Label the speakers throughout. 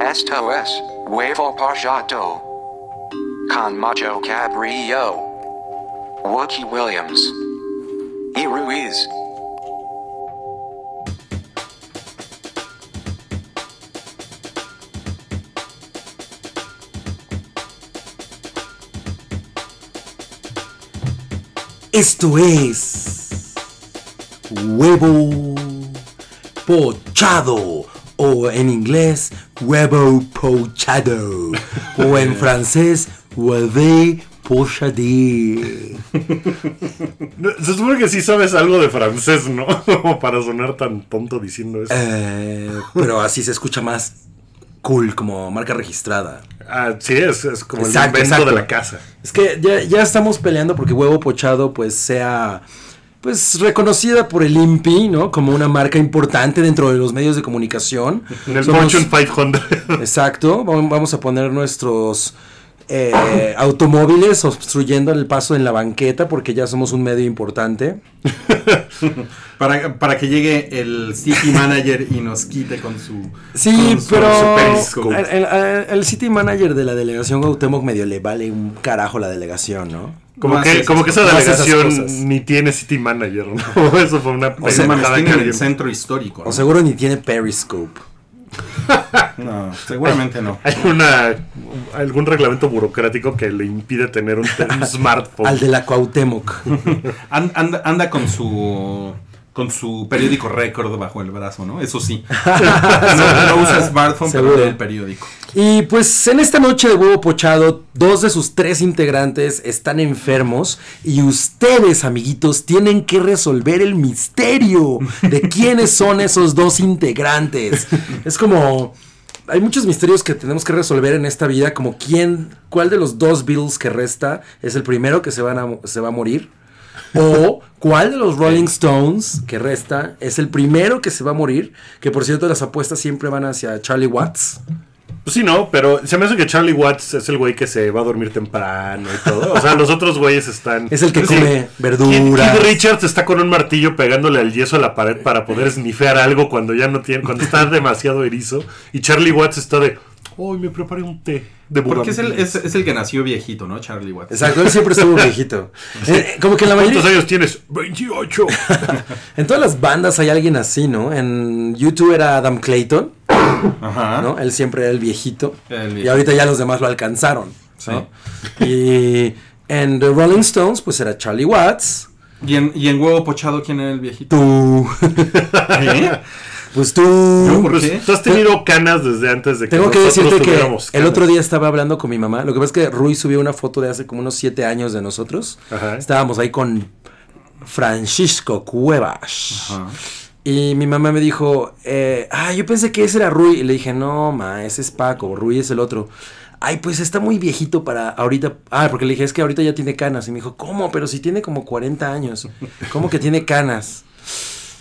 Speaker 1: Esto es huevo parchado. Con Macho Cabrillo. Wookie Williams. Y Ruiz.
Speaker 2: Esto es huevo pochado o en inglés huevo pochado o en francés hueve pochadé.
Speaker 3: No, Se supone que sí sabes algo de francés, ¿no? Como para sonar tan tonto diciendo eso.
Speaker 2: Eh, pero así se escucha más cool como marca registrada.
Speaker 3: Ah, sí, es, es como
Speaker 2: Exacto,
Speaker 3: el invento
Speaker 2: exacto.
Speaker 3: de la casa.
Speaker 2: Es que ya, ya estamos peleando porque Huevo Pochado pues sea pues reconocida por el INPI, ¿no? Como una marca importante dentro de los medios de comunicación.
Speaker 3: En el
Speaker 2: Somos-
Speaker 3: Fortune 500.
Speaker 2: Exacto, vam- vamos a poner nuestros eh, automóviles obstruyendo el paso en la banqueta porque ya somos un medio importante.
Speaker 4: Para, para que llegue el city manager y nos quite con su.
Speaker 2: Sí,
Speaker 4: con su- su
Speaker 2: pero eh,
Speaker 4: periscope.
Speaker 2: el, el- el city manager de la delegación Gautemoc medio le vale un carajo la delegación, ¿no?
Speaker 3: Como,
Speaker 4: No hace
Speaker 3: que,
Speaker 4: esas
Speaker 3: como que esa
Speaker 2: cosas. No hace esas cosas.
Speaker 3: delegación ni tiene city manager, ¿no? Eso fue una
Speaker 4: O sea,
Speaker 3: pendejada
Speaker 4: mantiene
Speaker 3: que
Speaker 4: en el
Speaker 3: alguien-
Speaker 4: centro histórico. ¿no?
Speaker 2: O seguro ni tiene Periscope.
Speaker 4: No, seguramente no.
Speaker 3: Hay una algún reglamento burocrático que le impide tener un, un smartphone.
Speaker 2: Al de la Cuauhtémoc.
Speaker 4: An- anda, anda con su con su periódico récord bajo el brazo, ¿no? Eso sí. No, no usa smartphone,
Speaker 2: Seguro.
Speaker 4: pero lee el periódico.
Speaker 2: Y pues en esta noche de huevo pochado, dos de sus tres integrantes están enfermos y ustedes, amiguitos, tienen que resolver el misterio de quiénes son esos dos integrantes. Es como... Hay muchos misterios que tenemos que resolver en esta vida, como quién, cuál de los dos Beatles que resta es el primero que se, van a mo- se va a morir, o cuál de los Rolling Stones que resta es el primero que se va a morir, que por cierto las apuestas siempre van hacia Charlie Watts.
Speaker 3: Pues sí, no, pero se me hace que Charlie Watts es el güey que se va a dormir temprano y todo. O sea, los otros güeyes están.
Speaker 2: Es el que come
Speaker 3: Kid,
Speaker 2: verduras.
Speaker 3: Kid Richards está con un martillo pegándole al yeso a la pared para poder snifear algo cuando ya no tiene, cuando está demasiado erizo. Y Charlie Watts está de. Hoy me preparé un té de
Speaker 4: Porque es el,
Speaker 3: bugambilias".
Speaker 4: es, es el que nació viejito, ¿no? Charlie Watts.
Speaker 2: Exacto, él siempre estuvo viejito. Eh, eh, como que en la
Speaker 3: ¿Cuántos
Speaker 2: mayoría.
Speaker 3: años tienes? Pues, 28.
Speaker 2: En todas las bandas hay alguien así, ¿no? En YouTube era Adam Clayton,
Speaker 4: Ajá.
Speaker 2: ¿no? Él siempre era el viejito.
Speaker 4: Ah. El
Speaker 2: Y
Speaker 4: viejito.
Speaker 2: ahorita ya los demás lo alcanzaron. ¿no? Y en The Rolling Stones, pues era Charlie Watts.
Speaker 4: ¿Y, en, y en huevo pochado, ¿quién era el viejito?
Speaker 2: Tú.
Speaker 4: ¿Eh?
Speaker 2: Pues tú.
Speaker 4: Yo, ¿por
Speaker 3: Pues,
Speaker 4: qué?
Speaker 3: tú has tenido canas desde antes de que
Speaker 2: Tengo que
Speaker 3: nosotros
Speaker 2: decirte que
Speaker 3: tuviéramos
Speaker 2: el
Speaker 3: canas.
Speaker 2: otro día estaba hablando con mi mamá. Lo que pasa es que Rui subió una foto de hace como unos siete años de nosotros.
Speaker 3: Ajá.
Speaker 2: Estábamos ahí con Francisco Cuevas.
Speaker 4: Ajá.
Speaker 2: Y mi mamá me dijo, eh, ah, yo pensé que ese era Rui. Y le dije, no, ma, ese es Paco, Rui es el otro. Ay, pues está muy viejito para ahorita. Ah, porque le dije, es que ahorita ya tiene canas. Y me dijo, ¿cómo? Pero si tiene como 40 años. ¿Cómo que tiene canas?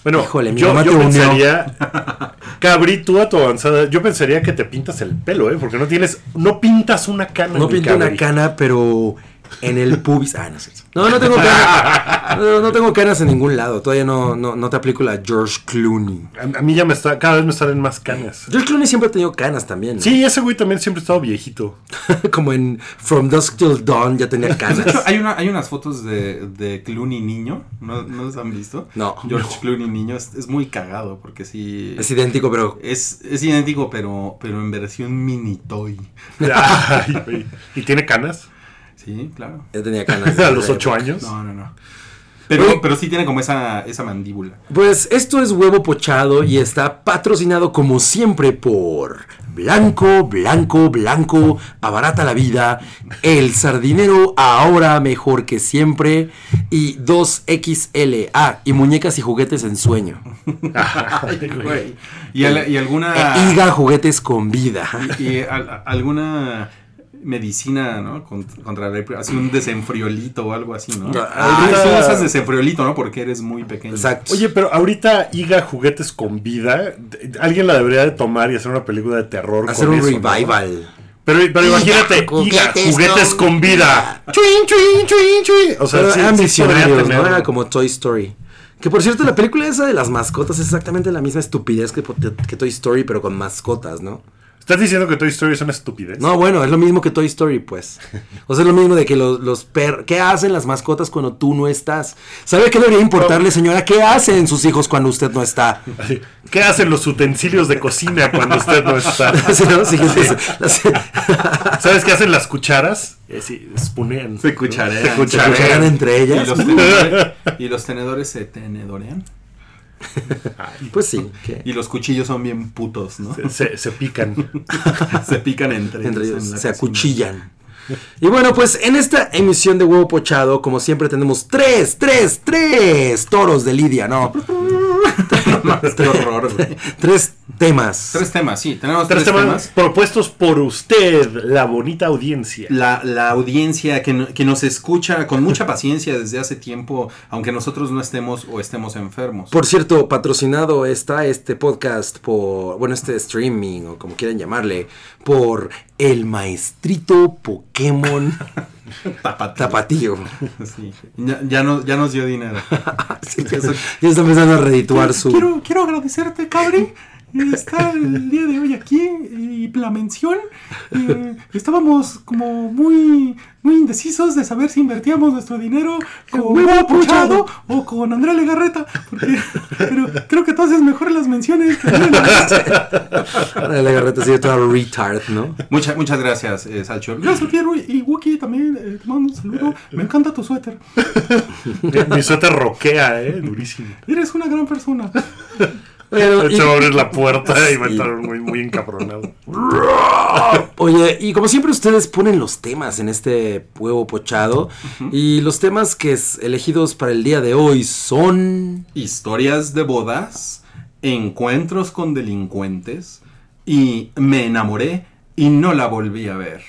Speaker 3: Bueno,
Speaker 2: Híjole, mi
Speaker 3: yo,
Speaker 2: mamá
Speaker 3: yo
Speaker 2: te unió.
Speaker 3: pensaría, Cabri, tú a tu avanzada, yo pensaría que te pintas el pelo, ¿eh? Porque no tienes, no pintas una cana.
Speaker 2: No
Speaker 3: mi
Speaker 2: pinté una
Speaker 3: Cabri.
Speaker 2: cana, pero en el pubis. Ah, no es cierto. No, no tengo canas. No, no tengo canas en ningún lado. Todavía no, no, no te aplico la George Clooney.
Speaker 3: A, a mí ya me está, cada vez me salen más canas.
Speaker 2: George Clooney siempre ha tenido canas también. ¿no?
Speaker 3: Sí, ese güey también siempre ha estado viejito.
Speaker 2: Como en From Dusk Till Dawn ya tenía
Speaker 4: De hecho,
Speaker 2: canas.
Speaker 4: hay, una, hay unas fotos de, de Clooney niño. ¿No, no las han visto?
Speaker 2: No.
Speaker 4: George Clooney niño es, es muy cagado porque sí.
Speaker 2: Es idéntico, pero
Speaker 4: Es, es idéntico, pero, pero en versión mini toy.
Speaker 3: Ay, güey. ¿Y tiene canas?
Speaker 4: Sí, claro.
Speaker 2: ya tenía canas.
Speaker 3: A los ocho años.
Speaker 4: No, no, no. Pero, pero sí tiene como esa, esa mandíbula.
Speaker 2: Pues esto es Huevo Pochado y está patrocinado como siempre por Blanco, Blanco, Blanco, Abarata la Vida, El Sardinero ahora mejor que siempre y 2XL. Ah, y muñecas y juguetes en sueño.
Speaker 3: Ay, güey.
Speaker 4: Y, al- y alguna.
Speaker 3: Ah.
Speaker 2: E Iga, juguetes con vida.
Speaker 4: Y, y al- alguna medicina, ¿no? Cont- Contra la depre- así un desenfriolito o algo así, ¿no?
Speaker 2: Ah,
Speaker 4: Ahorita
Speaker 3: ahorita-
Speaker 4: usas desenfriolito, ¿no? Porque eres muy pequeño.
Speaker 2: Exacto.
Speaker 3: Oye, pero ahorita Iga Juguetes con Vida, de- alguien la debería de tomar y hacer una película de terror.
Speaker 2: hacer
Speaker 3: con
Speaker 2: un
Speaker 3: eso, ¿no?
Speaker 2: revival.
Speaker 3: Pero, pero imagínate, Iga,
Speaker 2: juguetes
Speaker 3: juguetes,
Speaker 2: con
Speaker 3: con, vida. Chuin, chuin, chuin, chuin. O sea,
Speaker 2: Pero
Speaker 3: sí-
Speaker 2: eran
Speaker 3: sí podría
Speaker 2: visionarios, ¿no?
Speaker 3: tener-
Speaker 2: Era como Toy Story. Que por cierto, la película esa de las mascotas es exactamente la misma estupidez que, que Toy Story, pero con mascotas, ¿no?
Speaker 3: ¿Estás diciendo que Toy Story es una estupidez?
Speaker 2: No, bueno, es lo mismo que Toy Story, pues. O sea, es lo mismo de que los, los perros. ¿Qué hacen las mascotas cuando tú no estás? ¿Sabe qué debería importarle, señora? ¿Qué hacen sus hijos cuando usted no está?
Speaker 3: Así, ¿Qué hacen los utensilios de cocina cuando usted no está?
Speaker 2: Sí, ¿no? Sí, sí, sí.
Speaker 3: ¿Sabes qué hacen las cucharas? Eh, sí, spunean.
Speaker 4: Se cucharean.
Speaker 3: Se
Speaker 2: Se cucharean
Speaker 3: cucharean.
Speaker 2: entre
Speaker 4: Y
Speaker 2: ellas.
Speaker 4: los, tenedores, y los tenedores se tenedorean.
Speaker 2: Pues sí. ¿qué?
Speaker 4: Y los cuchillos son bien putos, ¿no?
Speaker 3: Se, se- se pican.
Speaker 4: Se pican entre,
Speaker 2: entre
Speaker 4: ellos en
Speaker 2: ellos
Speaker 4: la
Speaker 2: se
Speaker 4: cocina.
Speaker 2: acuchillan. Y bueno, pues en esta emisión de Huevo Pochado, como siempre, tenemos tres, tres, tres toros de Lidia, ¿no?
Speaker 4: Qué horror, güey.
Speaker 2: Tres temas.
Speaker 4: Tres temas, sí. Tenemos
Speaker 3: Tres
Speaker 4: tres,
Speaker 3: temas
Speaker 4: temas.
Speaker 3: propuestos por usted, la bonita audiencia.
Speaker 4: La, la audiencia que, no- que nos escucha con mucha paciencia desde hace tiempo, aunque nosotros no estemos o estemos enfermos.
Speaker 2: Por cierto, patrocinado está este podcast por, bueno, este streaming o como quieran llamarle, por el maestrito Pokémon
Speaker 4: Tapatío.
Speaker 2: Tapatío.
Speaker 4: Sí. Ya, ya no- ya nos dio dinero.
Speaker 2: Así que eso- Ah, ya está empezando a redituar su...
Speaker 4: Quiero, quiero agradecerte, Cabri. Está el día de hoy aquí y la mención. eh, estábamos como muy, muy indecisos de saber si invertíamos nuestro dinero con Huevo Puchado o con Andrea Legarreta. porque- pero creo que tú haces mejor las menciones. que yo.
Speaker 2: eh, La garreta sigue toda retard, ¿no?
Speaker 4: Muchas, muchas gracias, eh, Salchón. Gracias, Piero. Y Wookie también eh, te mando un saludo. Me encanta tu suéter.
Speaker 3: Mi, mi suéter roquea, ¿eh? Durísimo.
Speaker 4: Eres una gran persona.
Speaker 2: Bueno, y-
Speaker 3: Se va a abrir la puerta y va a entrar muy, muy encabronado.
Speaker 2: oh, Oye, y como siempre ustedes ponen los temas en este huevo pochado y los temas que es- elegidos para el día de hoy son...
Speaker 4: Historias de bodas, encuentros con delincuentes y me enamoré y no la volví a ver.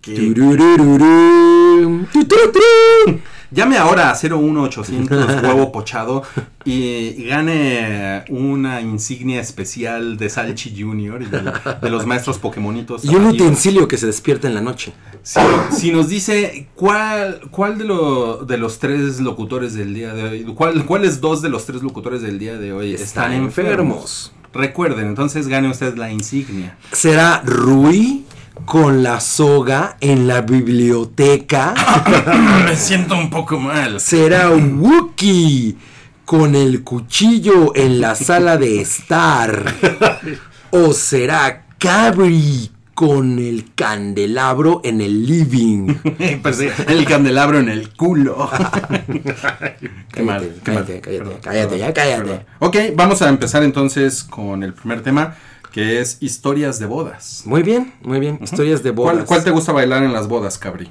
Speaker 4: Que-
Speaker 2: Tururururum, tu, tu, tu.
Speaker 4: Llame ahora a 01800 huevo pochado y gane una insignia especial de Salchi Junior y del- de los maestros Pokémonitos.
Speaker 2: Y un
Speaker 4: abatidos.
Speaker 2: utensilio que se despierta en la noche.
Speaker 4: Si, si nos dice cuál, cuál de, lo- de los tres locutores del día de hoy, cuál, cuáles dos de los tres locutores del día de hoy están, enfermos. Recuerden, entonces gane usted la insignia.
Speaker 2: Será Rui con la soga en la biblioteca.
Speaker 4: Me siento un poco mal.
Speaker 2: Será Wookie con el cuchillo en la sala de estar. O será Cabri con el candelabro en el living.
Speaker 4: Pues el candelabro en el culo. Qué mal,
Speaker 2: Cállate,
Speaker 4: qué
Speaker 2: cállate, cállate,
Speaker 4: mal.
Speaker 2: cállate, ya cállate.
Speaker 4: Perdón. Ok, vamos a empezar entonces con el primer tema, que es historias de bodas.
Speaker 2: Muy bien, muy bien. Historias de bodas.
Speaker 4: ¿Cuál, cuál te gusta bailar en las bodas, Cabri?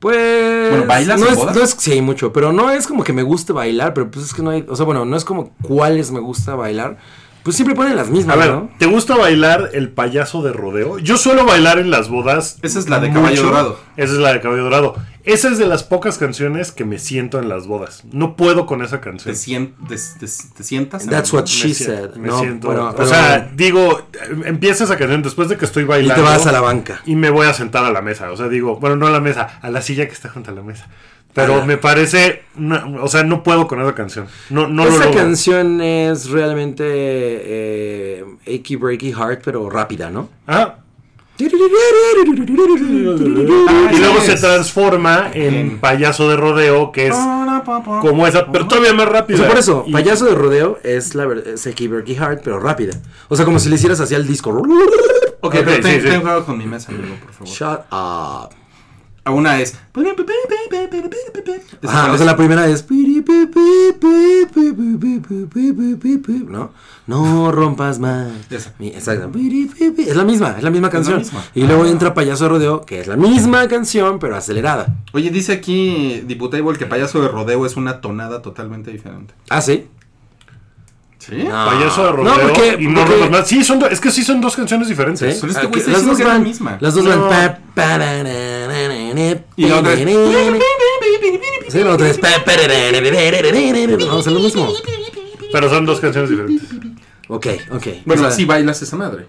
Speaker 2: Pues.
Speaker 4: Bueno, ¿bailas
Speaker 2: no
Speaker 4: en
Speaker 2: es,
Speaker 4: bodas?
Speaker 2: no es- sí, hay mucho, pero no es como que me guste bailar, pero pues es que no hay. O sea, bueno, no es como cuáles me gusta bailar. Pues siempre ponen las
Speaker 3: A
Speaker 2: mismas,
Speaker 3: ver,
Speaker 2: ¿no?
Speaker 3: ¿te gusta bailar el payaso de rodeo? Yo suelo bailar en las bodas.
Speaker 4: Esa es la de Caballo Dorado.
Speaker 3: Esa es la de Caballo Dorado. Esa es de las pocas canciones que me siento en las bodas. No puedo con esa
Speaker 4: ¿Te,
Speaker 3: canción.
Speaker 4: sien- te- te- te sientas? en
Speaker 2: That's
Speaker 4: la-
Speaker 2: what she
Speaker 3: Me
Speaker 2: said.
Speaker 3: siento- me
Speaker 2: No,
Speaker 3: siento-
Speaker 2: bueno,
Speaker 3: o
Speaker 2: pero-
Speaker 3: sea, digo, em- empieza esa canción después de que estoy
Speaker 2: y
Speaker 3: bailando.
Speaker 2: te vas a la banca.
Speaker 3: y me voy a sentar a la mesa. O sea, digo, bueno, no a la mesa, a la silla que está junto a la mesa. Pero
Speaker 2: Ah.
Speaker 3: me parece, una- o sea, no puedo con esa canción. No, no lo
Speaker 2: Esa
Speaker 3: logro.
Speaker 2: canción es realmente eh, achy breaky heart, pero rápida, ¿no?
Speaker 3: Ajá. Y luego se transforma en payaso de rodeo, que es
Speaker 2: Ah,
Speaker 3: como esa, pero todavía más
Speaker 2: O
Speaker 3: rápida.
Speaker 2: sea, por eso,
Speaker 3: Y-
Speaker 2: payaso de rodeo es la verdad, es achy breaky heart, pero rápida. O sea, como si le hicieras hacia el disco.
Speaker 4: Ok,
Speaker 3: Ok,
Speaker 4: pero ten,
Speaker 3: sí, sí.
Speaker 4: ten cuidado con mi mesa, amigo, por favor.
Speaker 2: Shut up.
Speaker 4: Ah, Una es. ¿Esa
Speaker 2: Ajá,
Speaker 4: cuál
Speaker 2: o
Speaker 4: es?
Speaker 2: sea, la primera es. ¿No? No rompas más.
Speaker 4: Esa.
Speaker 2: Mi- Exacto. Es la misma, es la misma canción.
Speaker 4: misma.
Speaker 2: Y luego entra Payaso de Rodeo, que es la misma canción, pero acelerada.
Speaker 4: Oye, dice aquí Diputable que payaso de rodeo es una tonada totalmente diferente.
Speaker 2: Ah, sí.
Speaker 4: ¿Sí?
Speaker 2: No.
Speaker 3: Payaso de rodeo
Speaker 2: No, porque-
Speaker 3: y no
Speaker 2: porque-
Speaker 3: rompas más. Sí, son do- es que sí son dos canciones diferentes.
Speaker 2: Sí.
Speaker 4: Pero este
Speaker 2: Ah,
Speaker 4: güey
Speaker 2: que
Speaker 4: está
Speaker 2: las
Speaker 4: diciendo
Speaker 2: dos
Speaker 4: que era la
Speaker 2: van.
Speaker 4: misma.
Speaker 2: Las dos
Speaker 3: No.
Speaker 2: van. pa, pa, na, na, na, na, na,
Speaker 4: Y la otra es-
Speaker 2: Sí, la otra es. pa, pa, ra, ra, ra, ra, ra, ra. Vamos a lo mismo.
Speaker 3: Pero son dos canciones diferentes.
Speaker 2: Ok, ok.
Speaker 4: Bueno,
Speaker 2: O sea,
Speaker 4: sí bailas esa madre.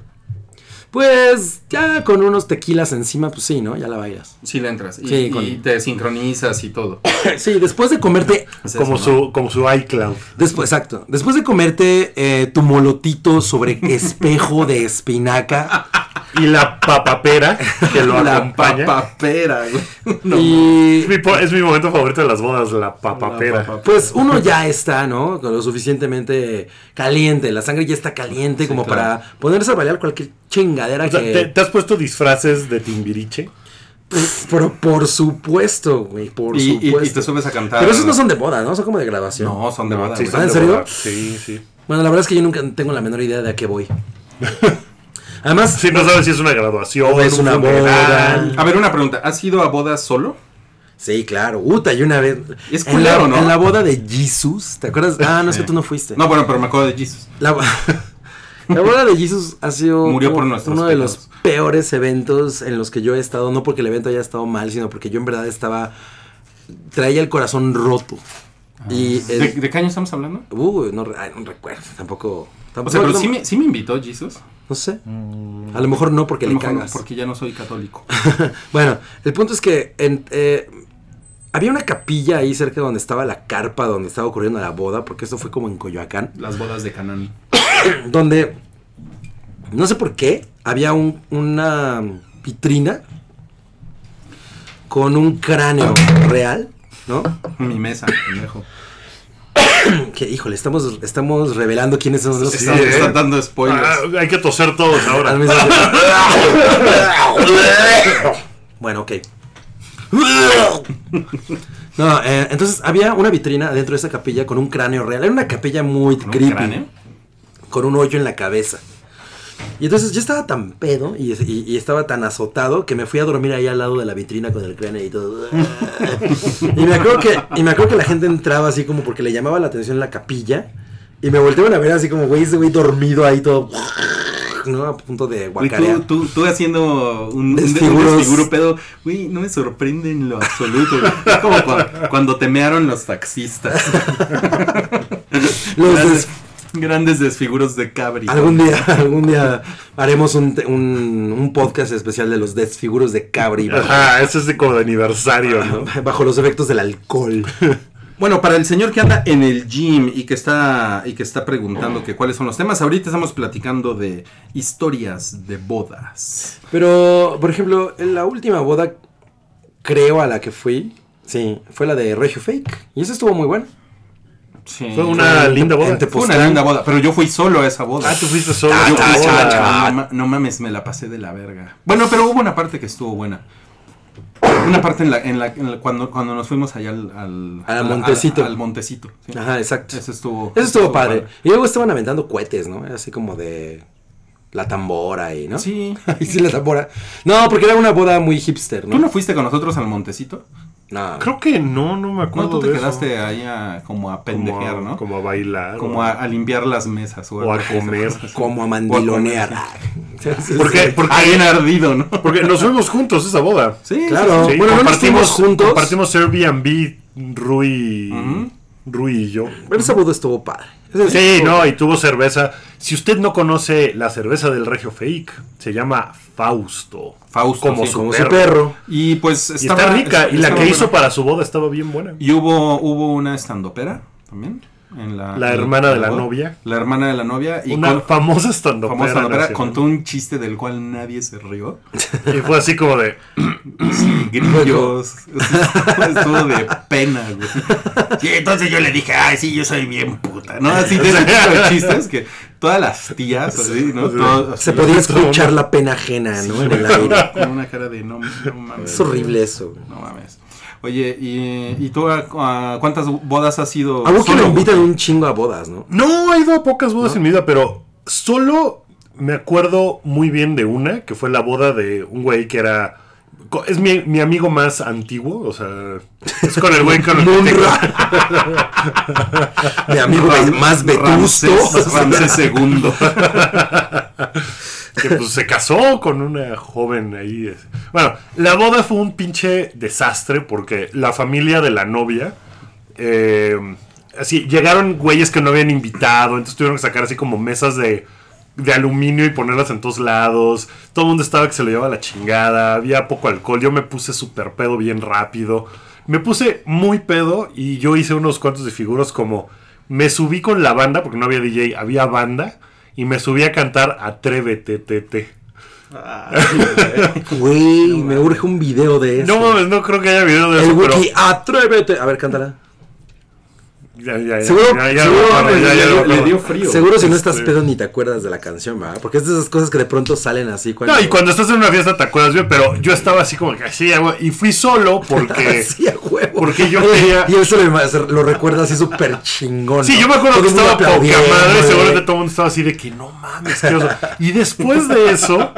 Speaker 2: Pues ya con unos tequilas encima, pues sí, ¿no? Ya la bailas.
Speaker 4: Sí, le entras. Y,
Speaker 2: Sí,
Speaker 4: y
Speaker 2: con-
Speaker 4: te sincronizas y todo.
Speaker 2: Sí, después de comerte
Speaker 4: Es
Speaker 3: como,
Speaker 4: eso, ¿no?
Speaker 3: su, como su iCloud.
Speaker 2: Después, exacto. Después de comerte eh, tu molotito sobre espejo de espinaca
Speaker 3: Y la papapera que lo
Speaker 2: La
Speaker 3: acompaña.
Speaker 4: Papera, güey. No,
Speaker 2: y
Speaker 3: Es mi, po- es mi momento favorito de las bodas, la papapera.
Speaker 4: La papapera.
Speaker 2: pues uno ya está, ¿no? Con Lo suficientemente caliente, la sangre ya está caliente como
Speaker 4: claro.
Speaker 2: para ponerse a bailar cualquier chingadera
Speaker 3: O sea,
Speaker 2: que...
Speaker 3: ¿te, te has puesto disfraces de timbiriche?
Speaker 2: Pff, Pero por supuesto, güey, por
Speaker 4: y, y- y
Speaker 2: supuesto.
Speaker 4: te subes a cantar.
Speaker 2: Pero esos no son de boda, ¿no? Son como de grabación.
Speaker 4: No, son de boda,
Speaker 3: Sí,
Speaker 4: güey.
Speaker 3: son
Speaker 2: ¿en
Speaker 3: de
Speaker 2: serio?
Speaker 3: boda. Sí, sí.
Speaker 2: Bueno, la verdad es que yo nunca tengo la menor idea de a qué voy. Además,
Speaker 3: Sí, no sabes si es una graduación,
Speaker 2: O es
Speaker 3: un
Speaker 2: una
Speaker 3: funeral.
Speaker 2: boda.
Speaker 4: A ver, una pregunta. ¿Has ido a bodas solo?
Speaker 2: Sí, claro. Uta, y una vez.
Speaker 4: Es
Speaker 2: en la,
Speaker 4: culero, ¿no?
Speaker 2: en la boda de Jesus, ¿te acuerdas? Ah, no es que tú no fuiste.
Speaker 4: No, bueno, pero me acuerdo de Jesus.
Speaker 2: La, bo- la boda de Jesus ha sido
Speaker 4: Murió
Speaker 2: uno-
Speaker 4: por nuestros
Speaker 2: uno de
Speaker 4: pecados.
Speaker 2: los peores eventos en los que yo he estado. No porque el evento haya estado mal, sino porque yo en verdad estaba. Traía el corazón roto. Y.
Speaker 4: ¿De,
Speaker 2: el-
Speaker 4: de qué año estamos hablando?
Speaker 2: Uy, no, re- ay, no recuerdo. Tampoco.
Speaker 4: O
Speaker 2: tampoco
Speaker 4: sea, pero
Speaker 2: no,
Speaker 4: sí me, sí me invitó Jesus.
Speaker 2: no sé. A lo mejor no porque
Speaker 4: A
Speaker 2: le
Speaker 4: lo mejor no,
Speaker 2: cagas.
Speaker 4: porque ya no soy católico.
Speaker 2: Bueno, el punto es que en- eh, había una capilla ahí cerca donde estaba la carpa donde estaba ocurriendo la boda, porque esto fue como en Coyoacán,
Speaker 4: Las bodas de Canaán.
Speaker 2: donde no sé por qué había un- una vitrina con un cráneo real, ¿no?
Speaker 4: Mi mesa, pendejo.
Speaker 2: Que híjole, estamos, estamos revelando quiénes son los
Speaker 4: Están,
Speaker 3: ¿eh?
Speaker 4: están dando
Speaker 3: Ah,
Speaker 4: spoilers.
Speaker 2: pues-
Speaker 3: hay que toser todos ahora.
Speaker 2: Al mismo tiempo. bueno, ok. No, eh, entonces había una vitrina dentro de esa capilla con un cráneo real. Era una capilla muy
Speaker 4: ¿Con un
Speaker 2: creepy,
Speaker 4: cráneo?
Speaker 2: con un hoyo en la cabeza. Y entonces yo estaba tan pedo y, y- y estaba tan azotado que me fui a dormir ahí al lado de la vitrina con el cráneo y todo. Y me acuerdo que, y me acuerdo que la gente entraba así como porque le llamaba la atención la capilla. Y me volteaban a ver así como, güey, ese güey dormido ahí todo. ¿No? A punto de
Speaker 4: Güey,
Speaker 2: guacarear.
Speaker 4: tú, tú, tú haciendo un, un de- un
Speaker 2: Desfiguros.
Speaker 4: desfiguro pedo, güey, no me sorprende en lo absoluto. güey. Es como cuando, cuando temearon los taxistas.
Speaker 2: Los
Speaker 4: grandes,
Speaker 2: des-
Speaker 4: grandes desfiguros de cabri.
Speaker 2: Algún día, algún día haremos un, te- un- un podcast especial de los desfiguros de cabri bajo,
Speaker 3: Ajá, eso es de como de aniversario, ¿no?
Speaker 2: bajo los efectos del alcohol.
Speaker 4: Bueno, para el señor que anda en el gym y que está y que está preguntando que cuáles son los temas, ahorita estamos platicando de historias de bodas.
Speaker 2: Pero, por ejemplo, en la última boda, creo a la que fui, sí, fue la de Regio Fake. Y eso estuvo muy bueno.
Speaker 3: Fue una linda boda.
Speaker 2: en Tepo-
Speaker 4: Fue una linda boda, pero yo fui solo a esa boda.
Speaker 3: Ah, tú fuiste solo.
Speaker 4: Yo
Speaker 3: a la
Speaker 4: fui
Speaker 2: ah,
Speaker 3: boda.
Speaker 4: solo. No, ma- no mames, me la pasé de la verga. Bueno, pero hubo una parte que estuvo buena. Una parte en la, en la, en la- cuando, cuando nos fuimos allá al, al,
Speaker 2: Al Montecito.
Speaker 4: al Montecito. sí.
Speaker 2: Ajá, exacto.
Speaker 4: Eso estuvo.
Speaker 2: Eso estuvo padre. Y luego estaban aventando cohetes, ¿no? Era Así como de la tambora y, ¿no?
Speaker 4: Sí.
Speaker 2: Y sí, la tambora. No, porque era una boda muy hipster,
Speaker 4: ¿Tú no
Speaker 2: ¿no?
Speaker 4: fuiste con nosotros al Montecito?
Speaker 2: No.
Speaker 3: Creo que no, no me
Speaker 4: No,
Speaker 3: acuerdo.
Speaker 4: tú te
Speaker 3: de eso.
Speaker 4: quedaste ahí a- como
Speaker 3: Como
Speaker 4: a
Speaker 3: a-
Speaker 4: pendejear, ¿no?
Speaker 3: Como
Speaker 4: Como,
Speaker 3: a bailar. o-
Speaker 4: a, a limpiar las mesas.
Speaker 3: o a
Speaker 4: algo así.
Speaker 3: comer.
Speaker 2: Como a mandilonear.
Speaker 3: ¿Por qué? Porque,
Speaker 4: Alguien ardido, ¿no?
Speaker 3: porque nos fuimos juntos esa boda.
Speaker 4: Sí,
Speaker 2: Claro.
Speaker 3: Sí,
Speaker 2: Bueno, no nos fuimos juntos.
Speaker 3: Compartimos Airbnb, Rui,
Speaker 4: Ujú.
Speaker 3: Rui y yo.
Speaker 2: Pero ese boda estuvo padre. Ese
Speaker 3: Sí,
Speaker 2: estuvo-
Speaker 3: no, y tuvo cerveza. Si usted no conoce la cerveza del Regio Fake, se llama Fausto.
Speaker 4: Fausto,
Speaker 3: como,
Speaker 4: sí,
Speaker 3: su,
Speaker 2: Como su
Speaker 3: perro.
Speaker 2: perro.
Speaker 4: Y pues
Speaker 3: Y está rica. y la
Speaker 4: estaba
Speaker 3: que
Speaker 4: buena.
Speaker 3: hizo para su boda estaba bien buena.
Speaker 4: Y hubo, hubo una estandopera también. En la,
Speaker 3: La
Speaker 4: en-
Speaker 3: hermana
Speaker 4: en
Speaker 3: de la
Speaker 4: boda.
Speaker 3: novia.
Speaker 4: La hermana de la novia. Y
Speaker 3: Una
Speaker 4: con-
Speaker 3: famosa
Speaker 4: famosa
Speaker 3: estandopera.
Speaker 4: estandopera
Speaker 3: nacional.
Speaker 4: contó un chiste del cual nadie se rió.
Speaker 3: Y fue así como de...
Speaker 4: Grillos. Estuvo de pena, güey. Sí, entonces yo le dije, ay, sí, yo soy bien puta, ¿no? Así de ese tipo de chistes que todas las tías, así, ¿no? Todo- así,
Speaker 2: Se podía escuchar la pena ajena, ¿no? En el aire.
Speaker 4: Con una cara de no, no mames.
Speaker 2: Es horrible eso. güey.
Speaker 4: No mames. Oye, ¿y, y tú a, a cuántas bodas has ido?
Speaker 2: A vos que
Speaker 4: solo,
Speaker 2: lo invitan
Speaker 4: güey?
Speaker 2: un chingo a bodas, ¿no?
Speaker 3: No, he ido a pocas bodas en mi vida, pero solo me acuerdo muy bien de una, que fue la boda de un güey que era... co- Es mi, mi amigo más antiguo, o sea, es con el güey con el que tengo-
Speaker 2: De amigo
Speaker 4: Ram-
Speaker 2: más vetusto.
Speaker 4: Ramsés, Ramsés segundo.
Speaker 3: que pues, se casó con una joven ahí. es- Bueno, la boda fue un pinche desastre porque la familia de la novia, em, eh, así, llegaron güeyes que no habían invitado, entonces tuvieron que sacar así como mesas de de aluminio y ponerlas en todos lados. Todo el mundo estaba que se lo llevaba la chingada. Había poco alcohol. Yo me puse súper pedo bien rápido. Me puse muy pedo y yo hice unos cuantos de figuros como me subí con la banda, porque no había DJ, había banda, y me subí a cantar Atrévete, Tete.
Speaker 2: Güey, me urge un video de eso.
Speaker 3: No mames, no creo que haya video de
Speaker 2: El
Speaker 3: eso, pero-
Speaker 2: wiki, atrévete. A ver, cántala.
Speaker 3: Ya, ya, ya,
Speaker 2: Seguro-
Speaker 3: ya, ya,
Speaker 2: seguro
Speaker 3: ya, ya, ya, ya,
Speaker 2: le- Este,
Speaker 3: ya,
Speaker 4: le
Speaker 3: ya.
Speaker 4: dio frío.
Speaker 2: Seguro si no estás
Speaker 3: Sí.
Speaker 2: pedo ni te acuerdas de la canción, ¿verdad? Porque es de esas cosas que de pronto salen así. Cuando...
Speaker 3: No, y cuando estás en una fiesta te acuerdas bien, pero yo estaba así como que así, ah, güey, y fui solo porque...
Speaker 2: Sí, a huevo.
Speaker 3: Porque yo
Speaker 2: Oye,
Speaker 3: quería-
Speaker 2: Y él se lo, se lo recuerda así súper chingón.
Speaker 3: Sí,
Speaker 2: ¿no?
Speaker 3: yo me acuerdo
Speaker 2: Todo
Speaker 3: que
Speaker 2: el mundo
Speaker 3: estaba poca
Speaker 2: aplaudiendo,
Speaker 3: madre,
Speaker 2: güey.
Speaker 3: seguramente todo el mundo estaba así de que no mames, qué oso". Y después de eso,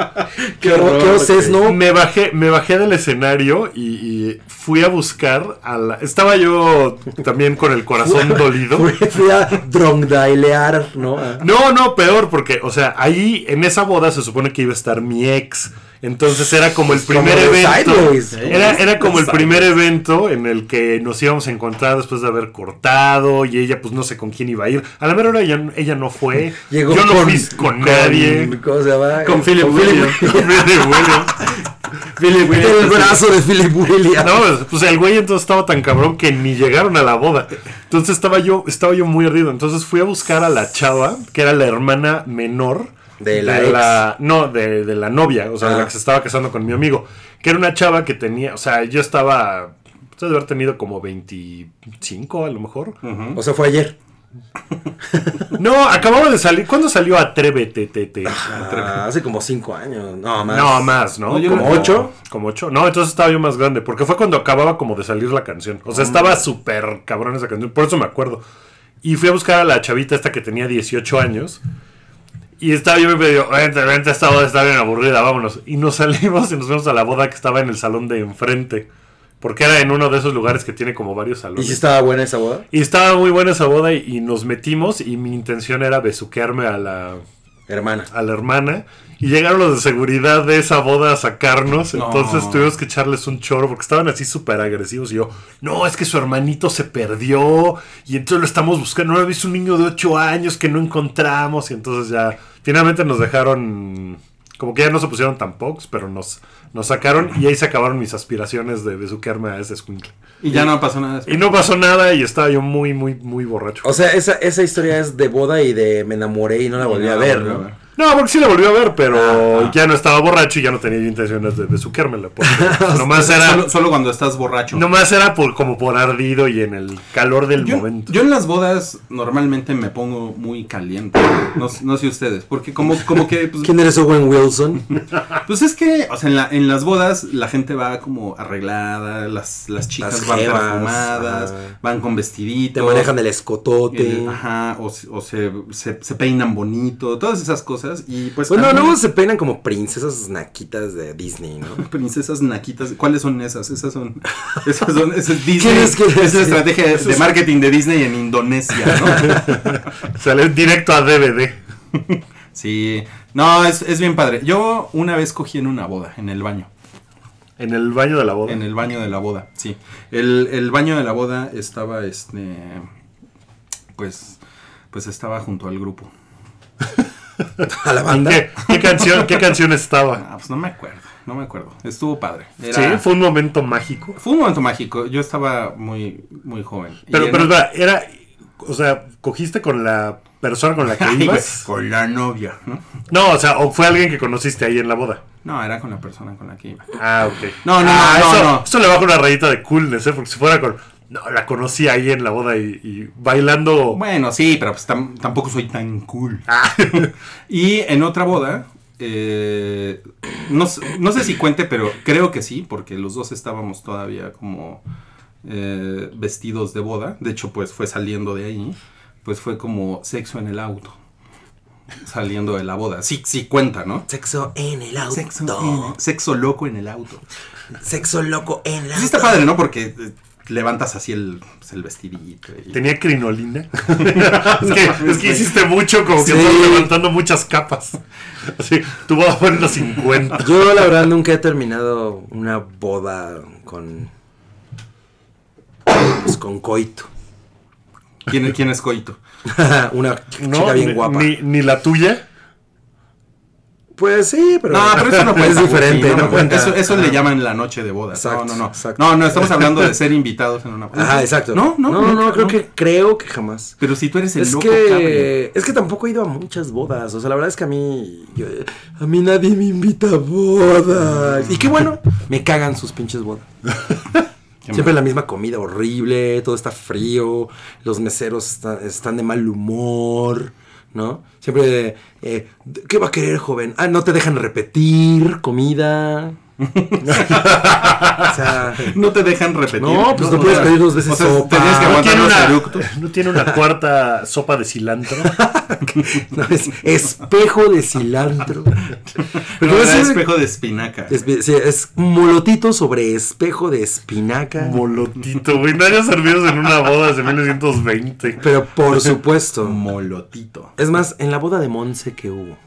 Speaker 2: Qué horror, qué oso es, ¿no?
Speaker 3: me bajé, me bajé del escenario y, y fui a buscar a la. Estaba yo también con el corazón dolido.
Speaker 2: Fui, fui a drongdailear, ¿no?
Speaker 3: No, no, peor, porque, o sea, ahí en esa boda se supone que iba a estar mi ex. Entonces era como el primer
Speaker 2: de
Speaker 3: evento.
Speaker 2: Sideways, ¿no?
Speaker 3: Era, era como el primer evento en el que nos íbamos a encontrar después de haber cortado y ella, pues no sé con quién iba a ir. A la mera hora ella, ella no fue.
Speaker 2: Llegó
Speaker 3: Yo no
Speaker 2: con,
Speaker 3: fui con, nadie.
Speaker 2: ¿Cómo se llama?
Speaker 4: Con Philip Williams.
Speaker 3: Con nadie, bueno.
Speaker 4: Philip
Speaker 2: El
Speaker 4: Williams.
Speaker 2: brazo de Philip Williams.
Speaker 3: No, pues el güey entonces estaba tan cabrón que ni llegaron a la boda. Entonces estaba yo, estaba yo muy ardido. Entonces fui a buscar a la chava, que era la hermana menor.
Speaker 2: De la
Speaker 3: No, de, de la novia, o sea, de
Speaker 2: Ah.
Speaker 3: la que se estaba casando con mi amigo. Que era una chava que tenía, o sea, yo estaba... Usted debe haber tenido como 25 a lo mejor.
Speaker 2: O sea, fue ayer.
Speaker 3: No, acababa de salir. ¿Cuándo salió Atrévete, Tete?
Speaker 2: Ah, hace como cinco años. No, más.
Speaker 3: No, más, ¿no?
Speaker 4: No, yo
Speaker 3: ¿Como
Speaker 4: creo que
Speaker 3: ocho? Como ocho. No, entonces estaba yo más grande, porque fue cuando acababa como de salir la canción. O
Speaker 4: Mm.
Speaker 3: sea, estaba súper cabrón esa canción, por eso me acuerdo. Y fui a buscar a la chavita esta que tenía 18 años. Y estaba yo me medio, vente, vente, esta boda está bien aburrida, vámonos. Y nos salimos y nos fuimos a la boda que estaba en el salón de enfrente. Porque era en uno de esos lugares que tiene como varios
Speaker 2: ¿Y si
Speaker 3: salones.
Speaker 2: estaba buena esa boda?
Speaker 3: Y estaba muy buena esa boda y, y nos metimos y mi intención era besuquearme a la,
Speaker 2: Hermana.
Speaker 3: a la hermana. Y llegaron los de seguridad de esa boda a sacarnos. Entonces tuvimos que echarles un choro porque estaban así súper agresivos. Y yo, no, es que su hermanito se perdió. Y entonces lo estamos buscando. No había visto un niño de 8 años que no encontramos. Y entonces ya, finalmente nos dejaron. Como que ya no se pusieron tan pocos, pero nos, nos sacaron. Y ahí se acabaron mis aspiraciones de besuquearme a ese escuincle.
Speaker 4: Y ya no pasó nada. después.
Speaker 3: Y no pasó nada. Y estaba yo muy, muy, muy borracho.
Speaker 2: O sea, esa, esa historia es de boda y de me enamoré y no la volví a ver, ¿no?
Speaker 3: No, porque sí la volvió a ver, pero
Speaker 4: Ah,
Speaker 3: ya no estaba borracho y ya no tenía yo intenciones de besuquérmela. Porque nomás era,
Speaker 4: Solo, solo cuando estás borracho.
Speaker 3: nomás era por, como por ardido y en el calor del
Speaker 4: yo,
Speaker 3: momento.
Speaker 4: yo en las bodas normalmente me pongo muy caliente. No, no sé ustedes. Porque como, como que. pues,
Speaker 2: ¿Quién eres Owen Wilson?
Speaker 4: Pues es que, o sea, en, la- en las bodas la gente va como arreglada, las, las chicas
Speaker 2: Las
Speaker 4: van
Speaker 2: jevas,
Speaker 4: perfumadas,
Speaker 2: ajá.
Speaker 4: van con
Speaker 2: Te
Speaker 4: vestiditos.
Speaker 2: manejan el escotote.
Speaker 4: el- Ajá, o, se- o se, se- se peinan bonito, todas esas cosas. Y pues.
Speaker 2: Bueno,
Speaker 4: a mí-
Speaker 2: luego se peinan como princesas naquitas de Disney, ¿no?
Speaker 4: Princesas naquitas, ¿cuáles son esas? Esas son. Esas son. Esas es Disney.
Speaker 2: ¿Quién es que-
Speaker 4: es la estrategia de- de marketing de Disney en Indonesia, ¿no?
Speaker 3: Sale directo a DVD.
Speaker 4: sí. No, es, es bien padre. Yo una vez cogí en una boda, en el baño.
Speaker 3: En el baño de la boda.
Speaker 4: En el baño de la boda, sí. El, el baño de la boda estaba, este, pues, pues estaba junto al grupo.
Speaker 2: A la banda.
Speaker 3: ¿Qué, qué canción, ¿Qué canción estaba?
Speaker 4: Ah, pues no me acuerdo, no me acuerdo. Estuvo padre. Era-
Speaker 3: Sí, fue un momento mágico.
Speaker 4: fue un momento mágico. Yo estaba muy, muy joven. Y
Speaker 3: Pero,
Speaker 4: en-
Speaker 3: pero espera, era, o sea, cogiste con la persona con la que
Speaker 4: Ay, güey,
Speaker 3: ibas.
Speaker 4: con la novia, ¿no?
Speaker 3: No, o sea, o fue alguien que conociste ahí en la boda.
Speaker 4: No, era con la persona con la que iba.
Speaker 3: Ah, ok.
Speaker 4: No, no,
Speaker 3: Ah,
Speaker 4: no,
Speaker 3: eso,
Speaker 4: no, no.
Speaker 3: Esto le baja una rayita de coolness, ¿eh? Porque si fuera con. No, la conocí ahí en la boda y, y bailando.
Speaker 4: Bueno, sí, pero pues tam- tampoco soy tan cool.
Speaker 3: Ah,
Speaker 4: Y en otra boda, eh, no, sé- no sé si cuente, pero creo que sí, porque los dos estábamos todavía como eh, vestidos de boda. De hecho, pues fue saliendo de ahí, pues fue como sexo en el auto, saliendo de la boda. Sí, sí cuenta, ¿no?
Speaker 2: Sexo en el auto.
Speaker 4: Sexo,
Speaker 2: Sexo,
Speaker 4: en el- sexo loco en el auto.
Speaker 2: loco en el
Speaker 4: Pues
Speaker 2: auto.
Speaker 4: está padre, ¿no? Porque eh, levantas así el, pues, el vestidito. y-
Speaker 3: tenía crinolina. es, que, es que hiciste mucho, como que
Speaker 2: Sí.
Speaker 3: estás levantando muchas capas. Así, tú vas a poner los 50.
Speaker 2: Yo la verdad nunca he terminado una boda con... pues, con coito.
Speaker 4: ¿Quién, quién es Coito?
Speaker 2: una
Speaker 3: No,
Speaker 2: chica bien
Speaker 3: ni,
Speaker 2: guapa.
Speaker 3: Ni, ni la tuya.
Speaker 2: Pues sí, pero.
Speaker 4: No, pero eso no cuenta.
Speaker 2: Es diferente,
Speaker 4: Guti,
Speaker 2: no,
Speaker 4: me
Speaker 2: cuenta. Ah.
Speaker 4: Eso, eso le llaman la noche de bodas.
Speaker 2: Exacto,
Speaker 4: no, no, no.
Speaker 2: exacto.
Speaker 4: No, no, estamos hablando de ser invitados en una boda.
Speaker 2: Ajá, exacto.
Speaker 4: No, no.
Speaker 2: No, no,
Speaker 4: nunca,
Speaker 2: creo que creo que jamás.
Speaker 4: Pero si tú eres el
Speaker 2: Es
Speaker 4: este loco, cabrón.
Speaker 2: que, es que tampoco he ido a muchas bodas. O sea, la verdad es que a mí. yo- a mí nadie me invita a bodas. Y qué bueno, me cagan sus pinches bodas.
Speaker 4: Qué
Speaker 2: Siempre la misma comida horrible, todo está frío, los meseros está- están de mal humor, ¿no? Siempre, eh, ¿qué va a querer, joven? Ah, no te dejan repetir comida. o sea,
Speaker 4: No te dejan repetir.
Speaker 2: No, pues no
Speaker 4: O
Speaker 2: puedes
Speaker 4: sea,
Speaker 2: pedir dos veces
Speaker 4: o sea,
Speaker 2: sopa.
Speaker 4: Tenías que
Speaker 3: ¿No
Speaker 4: aguantar
Speaker 3: tiene,
Speaker 4: los
Speaker 3: una,
Speaker 4: eructos.
Speaker 3: ¿No tiene una cuarta sopa de cilantro?
Speaker 2: no, es espejo de cilantro. Pero
Speaker 4: No,
Speaker 2: es,
Speaker 4: era espejo de espinaca.
Speaker 2: es- sí, es molotito sobre espejo de espinaca.
Speaker 3: Molotito, güey. No hayan servidos en una boda desde 1920.
Speaker 2: pero por supuesto.
Speaker 4: Molotito.
Speaker 2: Es más, en la boda de Monse que hubo.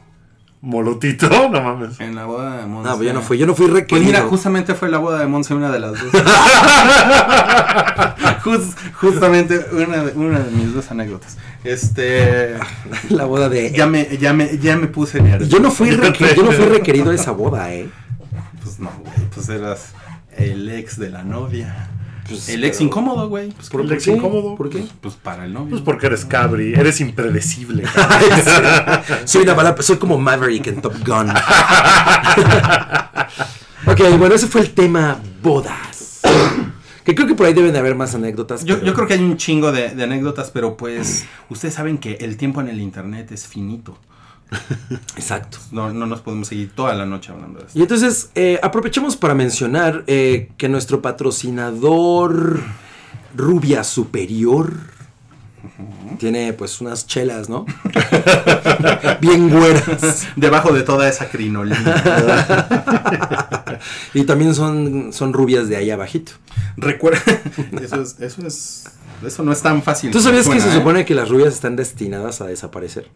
Speaker 3: Molotito, no mames.
Speaker 4: En la boda de Monse.
Speaker 2: No, pues yo no fui, yo no fui
Speaker 4: Pues
Speaker 2: requerido.
Speaker 4: mira, justamente fue la boda de Monse una de las dos. Jus- justamente una de, una de mis dos anécdotas. Este.
Speaker 2: la boda de
Speaker 4: Ya me, ya me, ya me puse nervioso.
Speaker 2: Yo no fui, reque- yo no fui requerido a esa boda, ¿eh?
Speaker 4: Pues no, güey. Pues eras el ex de la novia.
Speaker 2: Pues,
Speaker 4: el ex
Speaker 2: pero-
Speaker 4: incómodo, güey. Pues,
Speaker 3: ¿Por
Speaker 2: ¿Por
Speaker 3: qué?
Speaker 2: qué?
Speaker 3: incómodo?
Speaker 2: ¿Por qué?
Speaker 4: pues para el
Speaker 3: Pues
Speaker 4: novio.
Speaker 3: porque eres cabri, eres impredecible. cabrón.
Speaker 2: soy una bala, soy como Maverick en Top Gun. ok, bueno, ese fue el tema bodas. Que creo que por ahí deben de haber más anécdotas.
Speaker 4: Yo,
Speaker 2: pero-
Speaker 4: yo creo que hay un chingo de, de anécdotas, pero pues ustedes saben que el tiempo en el internet es finito.
Speaker 2: Exacto.
Speaker 4: No, no nos podemos seguir toda la noche hablando de esto.
Speaker 2: Y entonces, eh, aprovechemos para mencionar eh, que nuestro patrocinador Rubia Superior tiene pues unas chelas, ¿no? Bien güeras.
Speaker 4: Debajo de toda esa crinolina.
Speaker 2: Y también son, son rubias de ahí abajito.
Speaker 4: Recuerda. Eso es, eso es. Eso no es tan fácil.
Speaker 2: ¿Tú sabías que
Speaker 4: Suena,
Speaker 2: se
Speaker 4: ¿eh?
Speaker 2: supone que las rubias están destinadas a desaparecer?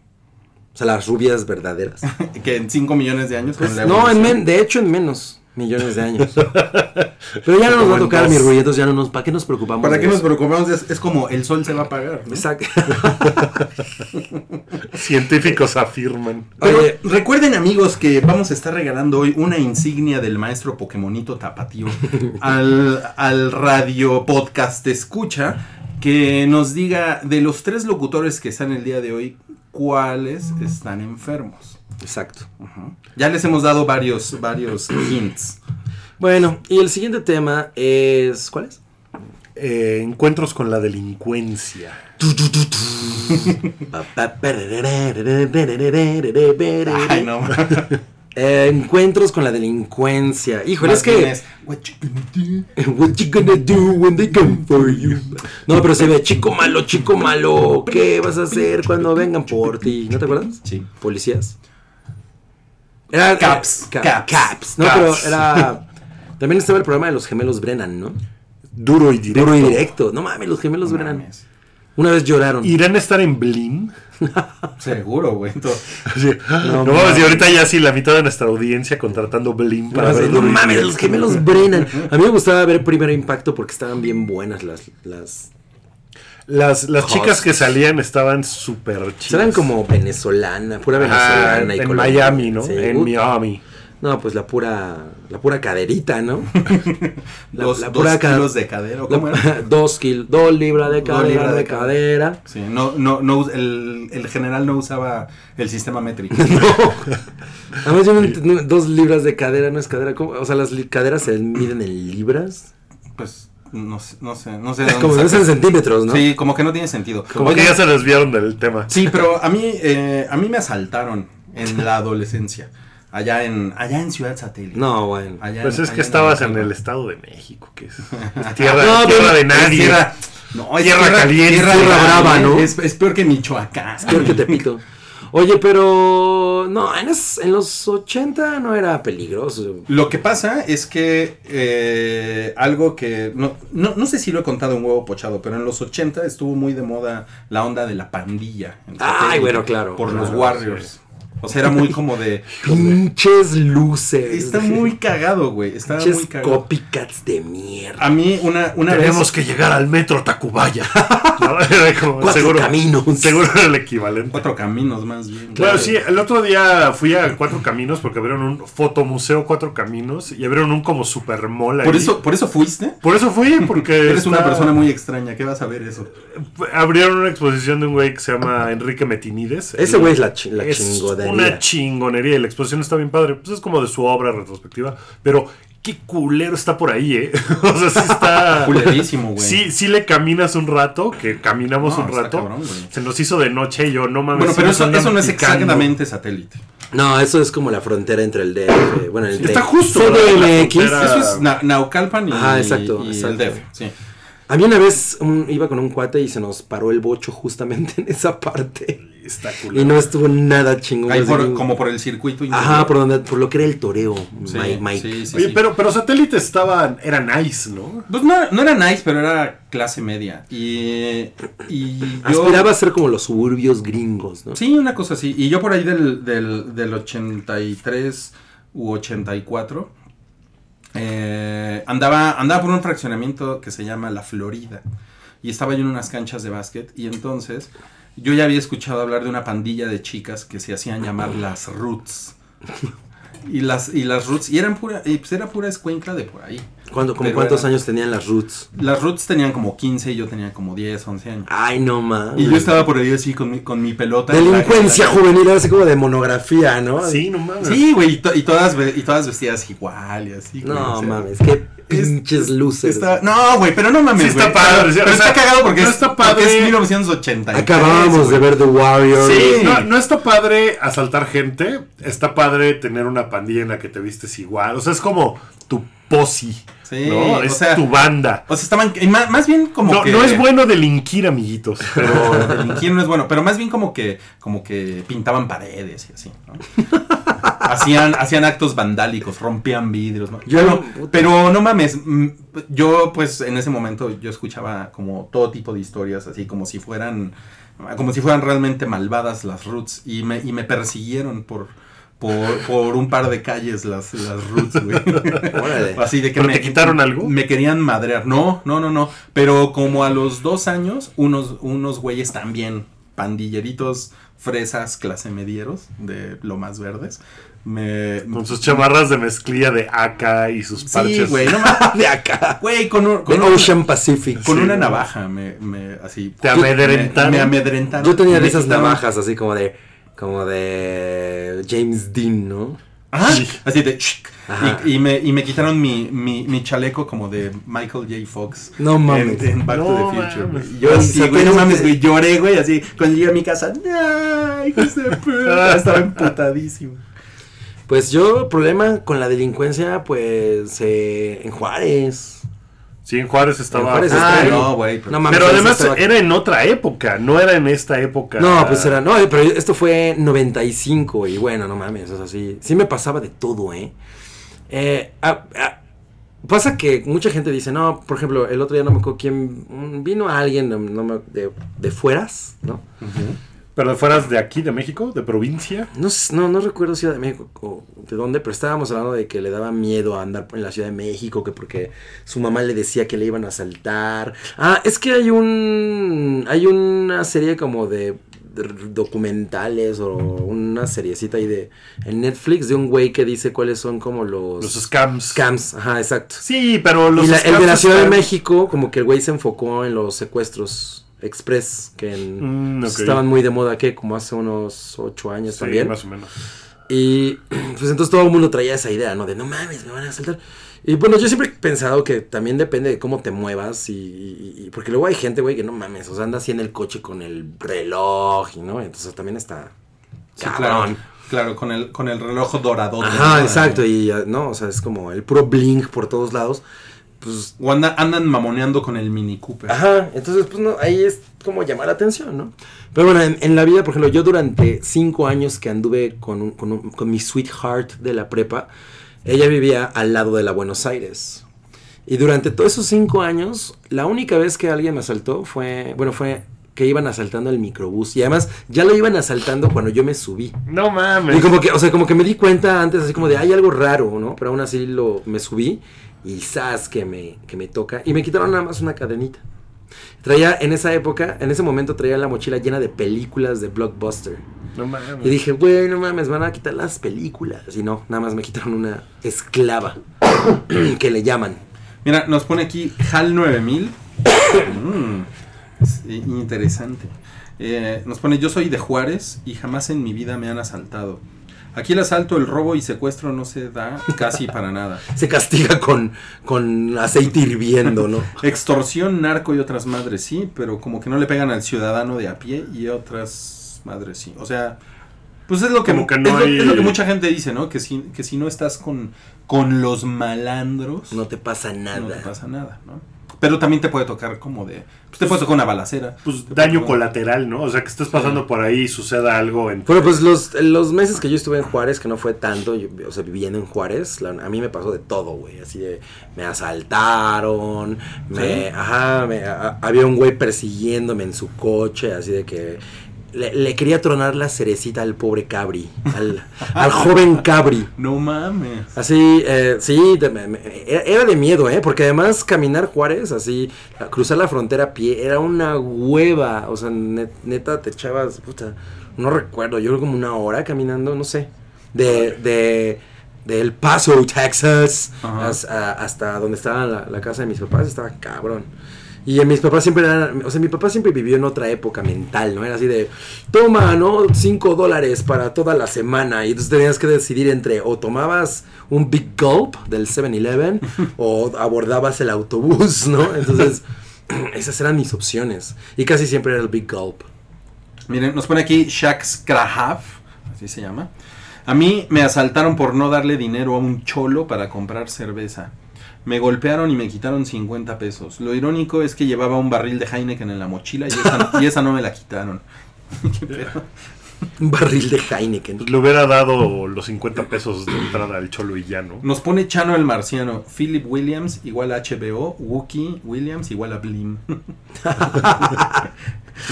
Speaker 2: O sea, las rubias verdaderas.
Speaker 4: ¿eh?
Speaker 2: Pues,
Speaker 4: Que en 5 millones de años. con la
Speaker 2: no, en
Speaker 4: evolución-
Speaker 2: men- de hecho en menos millones de años. Pero ya no nos
Speaker 4: Como
Speaker 2: va a
Speaker 4: en
Speaker 2: tocar,
Speaker 4: dos.
Speaker 2: mi Rui, entonces ya no nos... ¿Para qué nos preocupamos?
Speaker 4: ¿Para
Speaker 2: de
Speaker 4: qué nos
Speaker 2: eso?
Speaker 4: preocupamos? Es, es como el sol se va a apagar. ¿no?
Speaker 2: Exacto.
Speaker 3: Científicos afirman.
Speaker 4: Pero
Speaker 2: Oye.
Speaker 4: recuerden amigos que vamos a estar regalando hoy una insignia del maestro Pokémonito Tapatío al, al radio podcast escucha que nos diga de los tres locutores que están el día de hoy cuáles están enfermos.
Speaker 2: Exacto.
Speaker 4: Ya les hemos dado varios, varios hints.
Speaker 2: Bueno, y el siguiente tema es... ¿Cuál es?
Speaker 3: Eh, encuentros con la delincuencia.
Speaker 4: Ay, no.
Speaker 2: Eh, encuentros con la delincuencia. Híjole, es
Speaker 4: Más bien
Speaker 2: que...
Speaker 4: es, "What you gonna do?"
Speaker 2: What you gonna do when they come for you? No, pero se ve chico malo, chico malo. ¿Qué vas a hacer cuando vengan por ti? ¿No te acuerdas?
Speaker 4: Sí.
Speaker 2: Policías. Era
Speaker 4: Caps,
Speaker 2: ca-
Speaker 4: caps,
Speaker 2: caps. No,
Speaker 3: caps.
Speaker 2: pero era. También estaba el programa de los gemelos Brennan, ¿no?
Speaker 3: Duro y directo.
Speaker 2: Duro y directo. No mames, los gemelos Brennan.
Speaker 4: Mames.
Speaker 2: Una vez lloraron.
Speaker 3: ¿Irán a estar en Blim?
Speaker 4: Seguro, güey. Entonces,
Speaker 3: Sí. No, mames, y ahorita ya sí, la mitad de nuestra audiencia contratando Blim para
Speaker 2: Así,
Speaker 3: ver
Speaker 2: no
Speaker 3: Duro y
Speaker 2: mames,
Speaker 3: Directo".
Speaker 2: los gemelos Brennan. A mí me gustaba ver Primero Impacto porque estaban bien buenas las. las...
Speaker 3: Las, las
Speaker 2: Host.
Speaker 3: chicas que salían estaban súper chidas.
Speaker 2: Eran como venezolana, pura
Speaker 3: Ajá,
Speaker 2: venezolana. y
Speaker 3: en
Speaker 2: colombiana.
Speaker 3: Miami, ¿no?
Speaker 2: Sí,
Speaker 3: en
Speaker 2: puta.
Speaker 3: Miami.
Speaker 2: No, pues la pura, la pura caderita, ¿no? La,
Speaker 4: dos,
Speaker 2: la
Speaker 4: dos
Speaker 2: pura ca-
Speaker 4: kilos de cadera. ¿o ¿Cómo
Speaker 2: la-
Speaker 4: era?
Speaker 2: dos kilos, dos libras de cadera,
Speaker 4: libras de
Speaker 2: de, cadera.
Speaker 4: Sí, no, no, no, us- el, el general no usaba el sistema métrico.
Speaker 2: Además, yo no entiendo, dos libras de cadera no es cadera. ¿cómo? O sea, las li- caderas se miden en libras.
Speaker 4: Pues no, sé- no sé, no sé. de dónde
Speaker 2: Como no es
Speaker 4: saca.
Speaker 2: en centímetros, ¿no?
Speaker 4: Sí, como que no tiene sentido.
Speaker 3: Como
Speaker 4: Oye,
Speaker 3: que ya se desviaron del tema.
Speaker 4: Sí, pero a mí, eh, a mí me asaltaron en la adolescencia. Allá en, allá en Ciudad Satélite.
Speaker 2: No, bueno.
Speaker 4: Allá
Speaker 3: Pues
Speaker 4: en-
Speaker 3: es
Speaker 4: allá
Speaker 3: que estabas en
Speaker 4: Naucalpan.
Speaker 3: el Estado de México, que es, es tierra,
Speaker 2: No,
Speaker 3: tierra
Speaker 2: pero-
Speaker 3: de
Speaker 4: Es
Speaker 3: nadie.
Speaker 4: tierra- no, es
Speaker 3: Tierra caliente, tierra
Speaker 4: grande,
Speaker 2: brava, ¿no?
Speaker 4: Es, es peor que Michoacán. Es
Speaker 2: Peor que te pito. Oye, pero. No, en, es- en los 80 no era peligroso.
Speaker 4: Lo que pasa es que eh, algo que. No, no, no sé si lo he contado en huevo pochado, pero en los 80 estuvo muy de moda la onda de la pandilla. en
Speaker 2: Ay,
Speaker 4: satélite
Speaker 2: bueno, claro,
Speaker 4: Por los
Speaker 2: claro,
Speaker 4: Warriors. O sea, era muy como de.
Speaker 2: Pinches luces.
Speaker 4: Está muy cagado, güey. Está muy
Speaker 2: Pinches
Speaker 4: cagado.
Speaker 2: copycats de mierda.
Speaker 4: A mí, una, una vez.
Speaker 3: Tenemos que llegar al metro Tacubaya. ¿No? Era como,
Speaker 2: Cuatro caminos.
Speaker 3: Seguro era el equivalente.
Speaker 4: Cuatro caminos más bien.
Speaker 3: Claro,
Speaker 4: güey.
Speaker 3: sí, el otro día fui a Cuatro Caminos porque abrieron un fotomuseo Cuatro Caminos y abrieron un como supermall ahí.
Speaker 4: ¿Por eso, ¿Por eso fuiste?
Speaker 3: Por eso fui, porque.
Speaker 4: Eres una
Speaker 3: está-
Speaker 4: persona muy extraña. ¿Qué vas a ver eso?
Speaker 3: Abrieron una exposición de un güey que se llama Enrique Metinides.
Speaker 2: Ese
Speaker 3: El-
Speaker 2: güey es la, chi- la
Speaker 3: es
Speaker 2: chingonería.
Speaker 3: Una chingonería. Y la exposición está bien padre. Pues es como de su obra retrospectiva. Pero qué culero está por ahí, ¿eh? o sea, sí está.
Speaker 4: Culerísimo, güey.
Speaker 3: Sí, sí le caminas un rato, que caminamos
Speaker 4: No,
Speaker 3: un
Speaker 4: está
Speaker 3: rato.
Speaker 4: cabrón, güey.
Speaker 3: se nos hizo de noche y yo, no mames.
Speaker 4: Bueno,
Speaker 3: sí
Speaker 4: pero
Speaker 3: nos
Speaker 4: eso,
Speaker 3: andan
Speaker 4: eso no es
Speaker 3: picando.
Speaker 4: exactamente satélite.
Speaker 2: No, eso es como la frontera entre el DF. Bueno, el
Speaker 3: Está
Speaker 2: DF.
Speaker 3: justo,
Speaker 2: CDMX.
Speaker 3: ¿verdad? La frontera.
Speaker 4: Eso es Na- Naucalpan y,
Speaker 2: Ajá, exacto,
Speaker 4: y el
Speaker 2: exacto.
Speaker 4: DF. Sí.
Speaker 2: A mí una vez un- iba con un cuate y se nos paró el bocho justamente en esa parte.
Speaker 3: Está culero.
Speaker 2: Y no estuvo nada chingón.
Speaker 4: Ahí
Speaker 2: así
Speaker 4: por-
Speaker 2: que-
Speaker 4: como por el circuito.
Speaker 2: Ajá,
Speaker 4: interior.
Speaker 2: por, donde, por lo que era el toreo.
Speaker 4: Sí,
Speaker 2: Mike. Mike.
Speaker 4: sí, sí,
Speaker 3: Oye,
Speaker 4: sí.
Speaker 3: pero, pero satélite estaban. Era nice, ¿no?
Speaker 4: Pues no, no era nice, pero era clase media. Y, y yo...
Speaker 2: Aspiraba a ser como los suburbios gringos, ¿no?
Speaker 4: Sí, una cosa así. Y yo por ahí del, del, del 83 u 84 eh, andaba, andaba por un fraccionamiento que se llama La Florida. Y estaba yo en unas canchas de básquet. Y entonces yo ya había escuchado hablar de una pandilla de chicas que se hacían llamar las Roots. Y las, y las Roots, y eran pura, y pues era pura escuencla de por ahí.
Speaker 2: ¿Cuándo- como
Speaker 4: Pero
Speaker 2: ¿Cuántos
Speaker 4: era-
Speaker 2: años tenían las Roots?
Speaker 4: Las Roots tenían como 15 y yo tenía como 10, 11 años.
Speaker 2: Ay, no mames.
Speaker 4: Y yo estaba por ahí así con mi, con mi pelota. en la-
Speaker 2: Delincuencia
Speaker 4: en la-
Speaker 2: juvenil, así como de monografía, ¿no?
Speaker 3: Sí, no mames.
Speaker 4: Sí, güey, y, to- y todas, ve- y todas vestidas igual y así. güey,
Speaker 2: No
Speaker 4: o sea,
Speaker 2: mames, qué
Speaker 4: es-
Speaker 2: pinches luces.
Speaker 4: está- no, güey, pero no mames.
Speaker 3: Sí está
Speaker 4: güey,
Speaker 3: padre,
Speaker 4: Pero,
Speaker 3: sí, o
Speaker 4: pero está
Speaker 3: sea,
Speaker 4: cagado porque,
Speaker 3: no
Speaker 4: es,
Speaker 3: está
Speaker 4: porque
Speaker 3: padre.
Speaker 4: es 1980.
Speaker 2: Acabábamos de ver The Warrior.
Speaker 4: Sí.
Speaker 3: No, no está padre asaltar gente, está padre tener una pandilla en la que te vistes igual. O sea, es como tu posi.
Speaker 4: Sí,
Speaker 3: ¿no?
Speaker 4: o
Speaker 3: Es
Speaker 4: sea,
Speaker 3: tu banda.
Speaker 4: O sea, estaban. y Más, más bien como
Speaker 3: No,
Speaker 4: que.
Speaker 3: no es bueno delinquir, amiguitos, pero.
Speaker 4: Delinquir eh, no es bueno, pero más bien como que, como que pintaban paredes y así, ¿no? hacían, hacían actos vandálicos, rompían vidrios, ¿no?
Speaker 2: Yo-
Speaker 4: Pero- pero no mames, mm, yo pues en ese momento yo escuchaba como todo tipo de historias, así como si fueran, como si fueran realmente malvadas las roots y me, y me persiguieron por... Por, por un par de calles las, las roots, güey.
Speaker 2: Órale.
Speaker 4: Así de que
Speaker 3: ¿Pero te quitaron algo?
Speaker 4: me querían madrear. No, no, no, no. Pero como a los dos años, unos, unos güeyes también, pandilleritos, fresas, clase medieros, de lo más verdes, me...
Speaker 3: Con sus chamarras de mezclilla de AK y sus
Speaker 4: Sí,
Speaker 3: parches.
Speaker 4: güey, no mames.
Speaker 2: De acá.
Speaker 4: Güey, con, un-
Speaker 2: De
Speaker 4: con, un-
Speaker 2: Ocean Pacific.
Speaker 4: con
Speaker 2: Sí.
Speaker 4: una navaja, me, me- así...
Speaker 3: Te amedrentaron.
Speaker 4: Me, me amedrentaron.
Speaker 2: Yo tenía
Speaker 4: Me
Speaker 2: de esas
Speaker 4: quitaron-
Speaker 2: navajas así como de. como de. James Dean, ¿no?
Speaker 4: Ajá,
Speaker 3: Sí.
Speaker 4: Así de... shhh,
Speaker 2: Ajá.
Speaker 4: Y, y me, y me quitaron mi, mi, mi chaleco como de Michael J. Fox.
Speaker 2: No mames.
Speaker 4: En, en Back to
Speaker 3: No
Speaker 4: the Future.
Speaker 3: mames.
Speaker 4: güey. Yo así, güey, no
Speaker 2: Satélite.
Speaker 4: mames, güey, lloré, güey, así. Cuando llegué a mi casa, ¡ay, hijos de puta! Estaba emputadísimo.
Speaker 2: Pues yo, problema con la delincuencia, pues. eh, en Juárez.
Speaker 3: Sí, en Juárez estaba.
Speaker 2: En Juárez
Speaker 3: Ah,
Speaker 2: está-
Speaker 3: pero-
Speaker 4: no, güey. Pero,
Speaker 2: No mames.
Speaker 3: Pero
Speaker 2: Juárez
Speaker 3: además
Speaker 2: estaba-
Speaker 3: era en otra época, no era en esta época.
Speaker 2: No, pues era, no, eh, pero esto fue 95 y bueno, no mames, o sea, sí, sí me pasaba de todo, ¿eh? Eh, ah, ah, pasa que mucha gente dice, no, por ejemplo, el otro día no me acuerdo quién, mm, vino alguien no- no me- de, de fueras, ¿no?
Speaker 3: Pero fueras de aquí, de México, de provincia.
Speaker 2: No, s- no, no recuerdo Ciudad de México o de dónde, pero estábamos hablando de que le daba miedo a andar en la Ciudad de México, que porque su mamá le decía que le iban a asaltar. Ah, es que hay un. hay una serie como de r- documentales o una seriecita ahí de en Netflix de un güey que dice cuáles son como los,
Speaker 3: Los scams.
Speaker 2: Pues scams, ajá, exacto.
Speaker 3: Sí, pero los
Speaker 2: y la- el de la
Speaker 3: scams
Speaker 2: Ciudad de
Speaker 3: están-
Speaker 2: México, como que el güey se enfocó en los secuestros express, que en-
Speaker 3: Mm,
Speaker 2: pues,
Speaker 3: ok.
Speaker 2: estaban muy de moda, que como hace unos ocho años
Speaker 3: Sí,
Speaker 2: también.
Speaker 3: más o menos.
Speaker 2: Y pues entonces todo el mundo traía esa idea, ¿no? De no mames, me van a asaltar. Y bueno, yo siempre he pensado que también depende de cómo te muevas y, y- y- porque luego hay gente, güey, que no mames, o sea, anda así en el coche con el reloj y no, entonces también está
Speaker 4: sí, claro,
Speaker 2: cabrón.
Speaker 4: claro, con el, con el reloj dorado.
Speaker 2: Ajá, exacto, y ah, no, o sea, es como el puro blink por todos lados. Pues
Speaker 4: O anda- andan mamoneando con el Mini Cooper.
Speaker 2: Ajá, entonces pues no, ahí es como llamar la atención, ¿no? Pero bueno, en, en la vida, por ejemplo, yo durante cinco años que anduve con, un- con, un- con mi sweetheart de la prepa, ella vivía al lado de la Buenos Aires. Y durante todos esos cinco años, la única vez que alguien me asaltó fue, bueno, fue que iban asaltando el microbús. Y además, ya lo iban asaltando cuando yo me subí.
Speaker 3: No mames.
Speaker 2: Y como que, o sea, como que me di cuenta antes, así como de hay algo raro, ¿no? Pero aún así lo, me subí y sas que me, que me toca. Y me quitaron nada más una cadenita. Traía en esa época, en ese momento traía la mochila llena de películas de blockbuster.
Speaker 3: No mames.
Speaker 2: Y dije, güey, no mames, van a quitar las películas. Y no, nada más me quitaron una esclava que le llaman.
Speaker 4: Mira, nos pone aquí HAL 9000. Mm, es interesante. Eh, nos pone, yo soy de Juárez y jamás en mi vida me han asaltado. Aquí el asalto, el robo y secuestro no se da casi para nada.
Speaker 2: Se castiga con, con aceite hirviendo, ¿no?
Speaker 4: Extorsión, narco y otras madres sí, pero como que no le pegan al ciudadano de a pie y otras madres sí. O sea, pues es lo que,
Speaker 3: Como que no
Speaker 4: es, lo,
Speaker 3: hay-
Speaker 4: es lo que mucha gente dice, ¿no? Que si, que si no estás con, con los malandros, pues
Speaker 2: No te pasa nada.
Speaker 4: no te pasa nada, ¿no? Pero también te puede tocar como de... Pues te puede tocar una balacera.
Speaker 3: Pues
Speaker 4: te
Speaker 3: daño
Speaker 4: puede tocar-
Speaker 3: colateral, ¿no? O sea, que estés pasando por ahí y suceda algo en...
Speaker 2: Bueno, pues los, los meses que yo estuve en Juárez, que no fue tanto, yo- o sea, viviendo en Juárez, la- a mí me pasó de todo, güey. Así de, me asaltaron, me, ajá, me- a- había un güey persiguiéndome en su coche, así de que le, le quería tronar la cerecita al pobre Cabri, al, al joven Cabri.
Speaker 4: No mames.
Speaker 2: Así, eh, sí, de- me- me- era, era de miedo, ¿eh? Porque además caminar Juárez, así, a- cruzar la frontera a pie, era una hueva. O sea, net- neta, te echabas, puta, no recuerdo, yo creo como una hora caminando, no sé. De, de, de El Paso, Texas,
Speaker 4: Ajá.
Speaker 2: as- a- hasta donde estaba la, la casa de mis papás, estaba cabrón. Y eh, mis papás siempre eran, o sea, mi papá siempre vivió en otra época mental, ¿no? Era así de, toma, ¿no? Cinco dólares para toda la semana. Y entonces tenías que decidir entre o tomabas un Big Gulp del 7-Eleven o abordabas el autobús, ¿no? Entonces, esas eran mis opciones. Y casi siempre era el Big Gulp.
Speaker 4: Miren, nos pone aquí Shax Krahav, así se llama. A mí me asaltaron por no darle dinero a un cholo para comprar cerveza. Me golpearon y me quitaron 50 pesos. Lo irónico es que llevaba un barril de Heineken en la mochila y esa, y esa no me la quitaron. ¿Qué pedo?
Speaker 2: Un barril de Heineken.
Speaker 3: pues Le hubiera dado los 50 pesos de entrada al cholo y ya, ¿no?
Speaker 4: Nos pone Chano el Marciano. Philip Williams igual a HBO. Wookie Williams igual a Blim.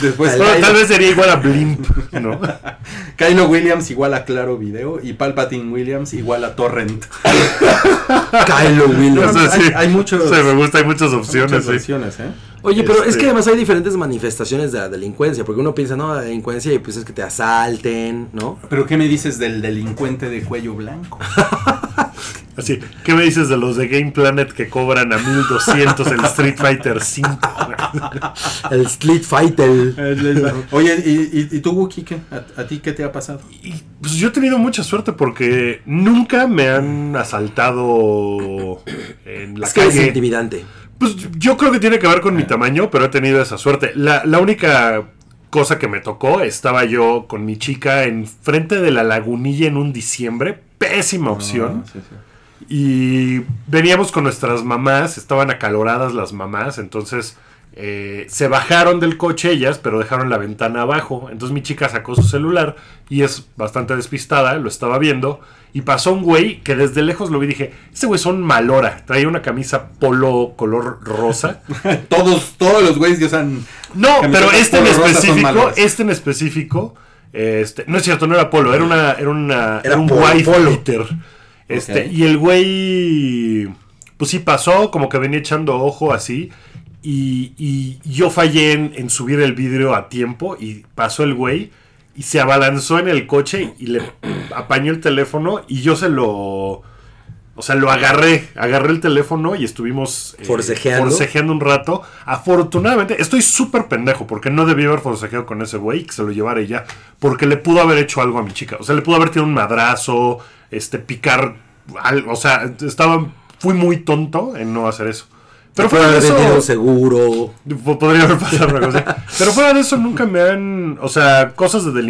Speaker 4: Después
Speaker 2: Al aire.
Speaker 3: Bueno, tal vez sería igual a Blimp, ¿no?
Speaker 4: Kylo Williams igual a Claro Video. Y Palpatine Williams igual a Torrent.
Speaker 2: Kylo
Speaker 3: O sea,
Speaker 2: Williams.
Speaker 4: Hay- hay muchos-
Speaker 3: O sea, me gusta, hay muchas opciones,
Speaker 4: Muchas
Speaker 3: sí.
Speaker 4: versiones, ¿eh?
Speaker 2: Oye, pero es
Speaker 3: Este-
Speaker 2: que además hay diferentes manifestaciones de la delincuencia, porque uno piensa, no, la delincuencia y pues es que te asalten, ¿no?
Speaker 4: ¿Pero qué me dices del delincuente de cuello blanco?
Speaker 3: Así, ¿qué me dices de los de Game Planet que cobran a 1200 el Street Fighter 5?
Speaker 2: El Street Fighter.
Speaker 4: Oye, ¿y, y, y tú, Wookie, qué? ¿A, a ti qué te ha pasado?
Speaker 3: Y, pues yo he tenido mucha suerte porque nunca me han asaltado en la
Speaker 2: Es que es
Speaker 3: calle.
Speaker 2: intimidante.
Speaker 3: Pues yo creo que tiene que ver con mi tamaño, pero he tenido esa suerte. La, la única cosa que me tocó, estaba yo con mi chica enfrente de la lagunilla en un diciembre. Pésima opción.
Speaker 4: Ah, sí, sí.
Speaker 3: Y veníamos con nuestras mamás, estaban acaloradas las mamás, entonces eh, se bajaron del coche ellas, pero dejaron la ventana abajo. Entonces mi chica sacó su celular y es bastante despistada, lo estaba viendo. Y pasó un güey que desde lejos lo vi y dije, este güey son malora, traía una camisa polo color rosa.
Speaker 4: Todos, todos los güeyes que usan.
Speaker 3: No,
Speaker 4: camisetas
Speaker 3: pero este en
Speaker 4: polo rosa son
Speaker 3: específico,
Speaker 4: malos.
Speaker 3: este en específico, este, no es cierto, no era polo, era una, era una,
Speaker 2: Era
Speaker 3: un
Speaker 2: polo,
Speaker 3: white
Speaker 2: polo.
Speaker 3: beater. Este,
Speaker 4: Ok.
Speaker 3: y el güey, pues sí pasó, como que venía echando ojo así, y, y yo fallé en, en subir el vidrio a tiempo, y pasó el güey, y se abalanzó en el coche, y le apañó el teléfono, y yo se lo... O sea, lo agarré, agarré el teléfono y estuvimos eh,
Speaker 2: Forcejeando.
Speaker 3: forcejeando un rato. Afortunadamente, estoy súper pendejo porque no debí haber forcejeado con ese güey, que se lo llevara y ya, porque le pudo haber hecho algo a mi chica. O sea, le pudo haber tirado un madrazo, este, picar algo. O sea, estaba, fui muy tonto en no hacer eso. Pero fuera de
Speaker 2: Puede haber vendido un
Speaker 3: eso,
Speaker 2: seguro.
Speaker 3: po- podría haber pasado una cosa. Pero fuera de eso, nunca me han, o sea, cosas de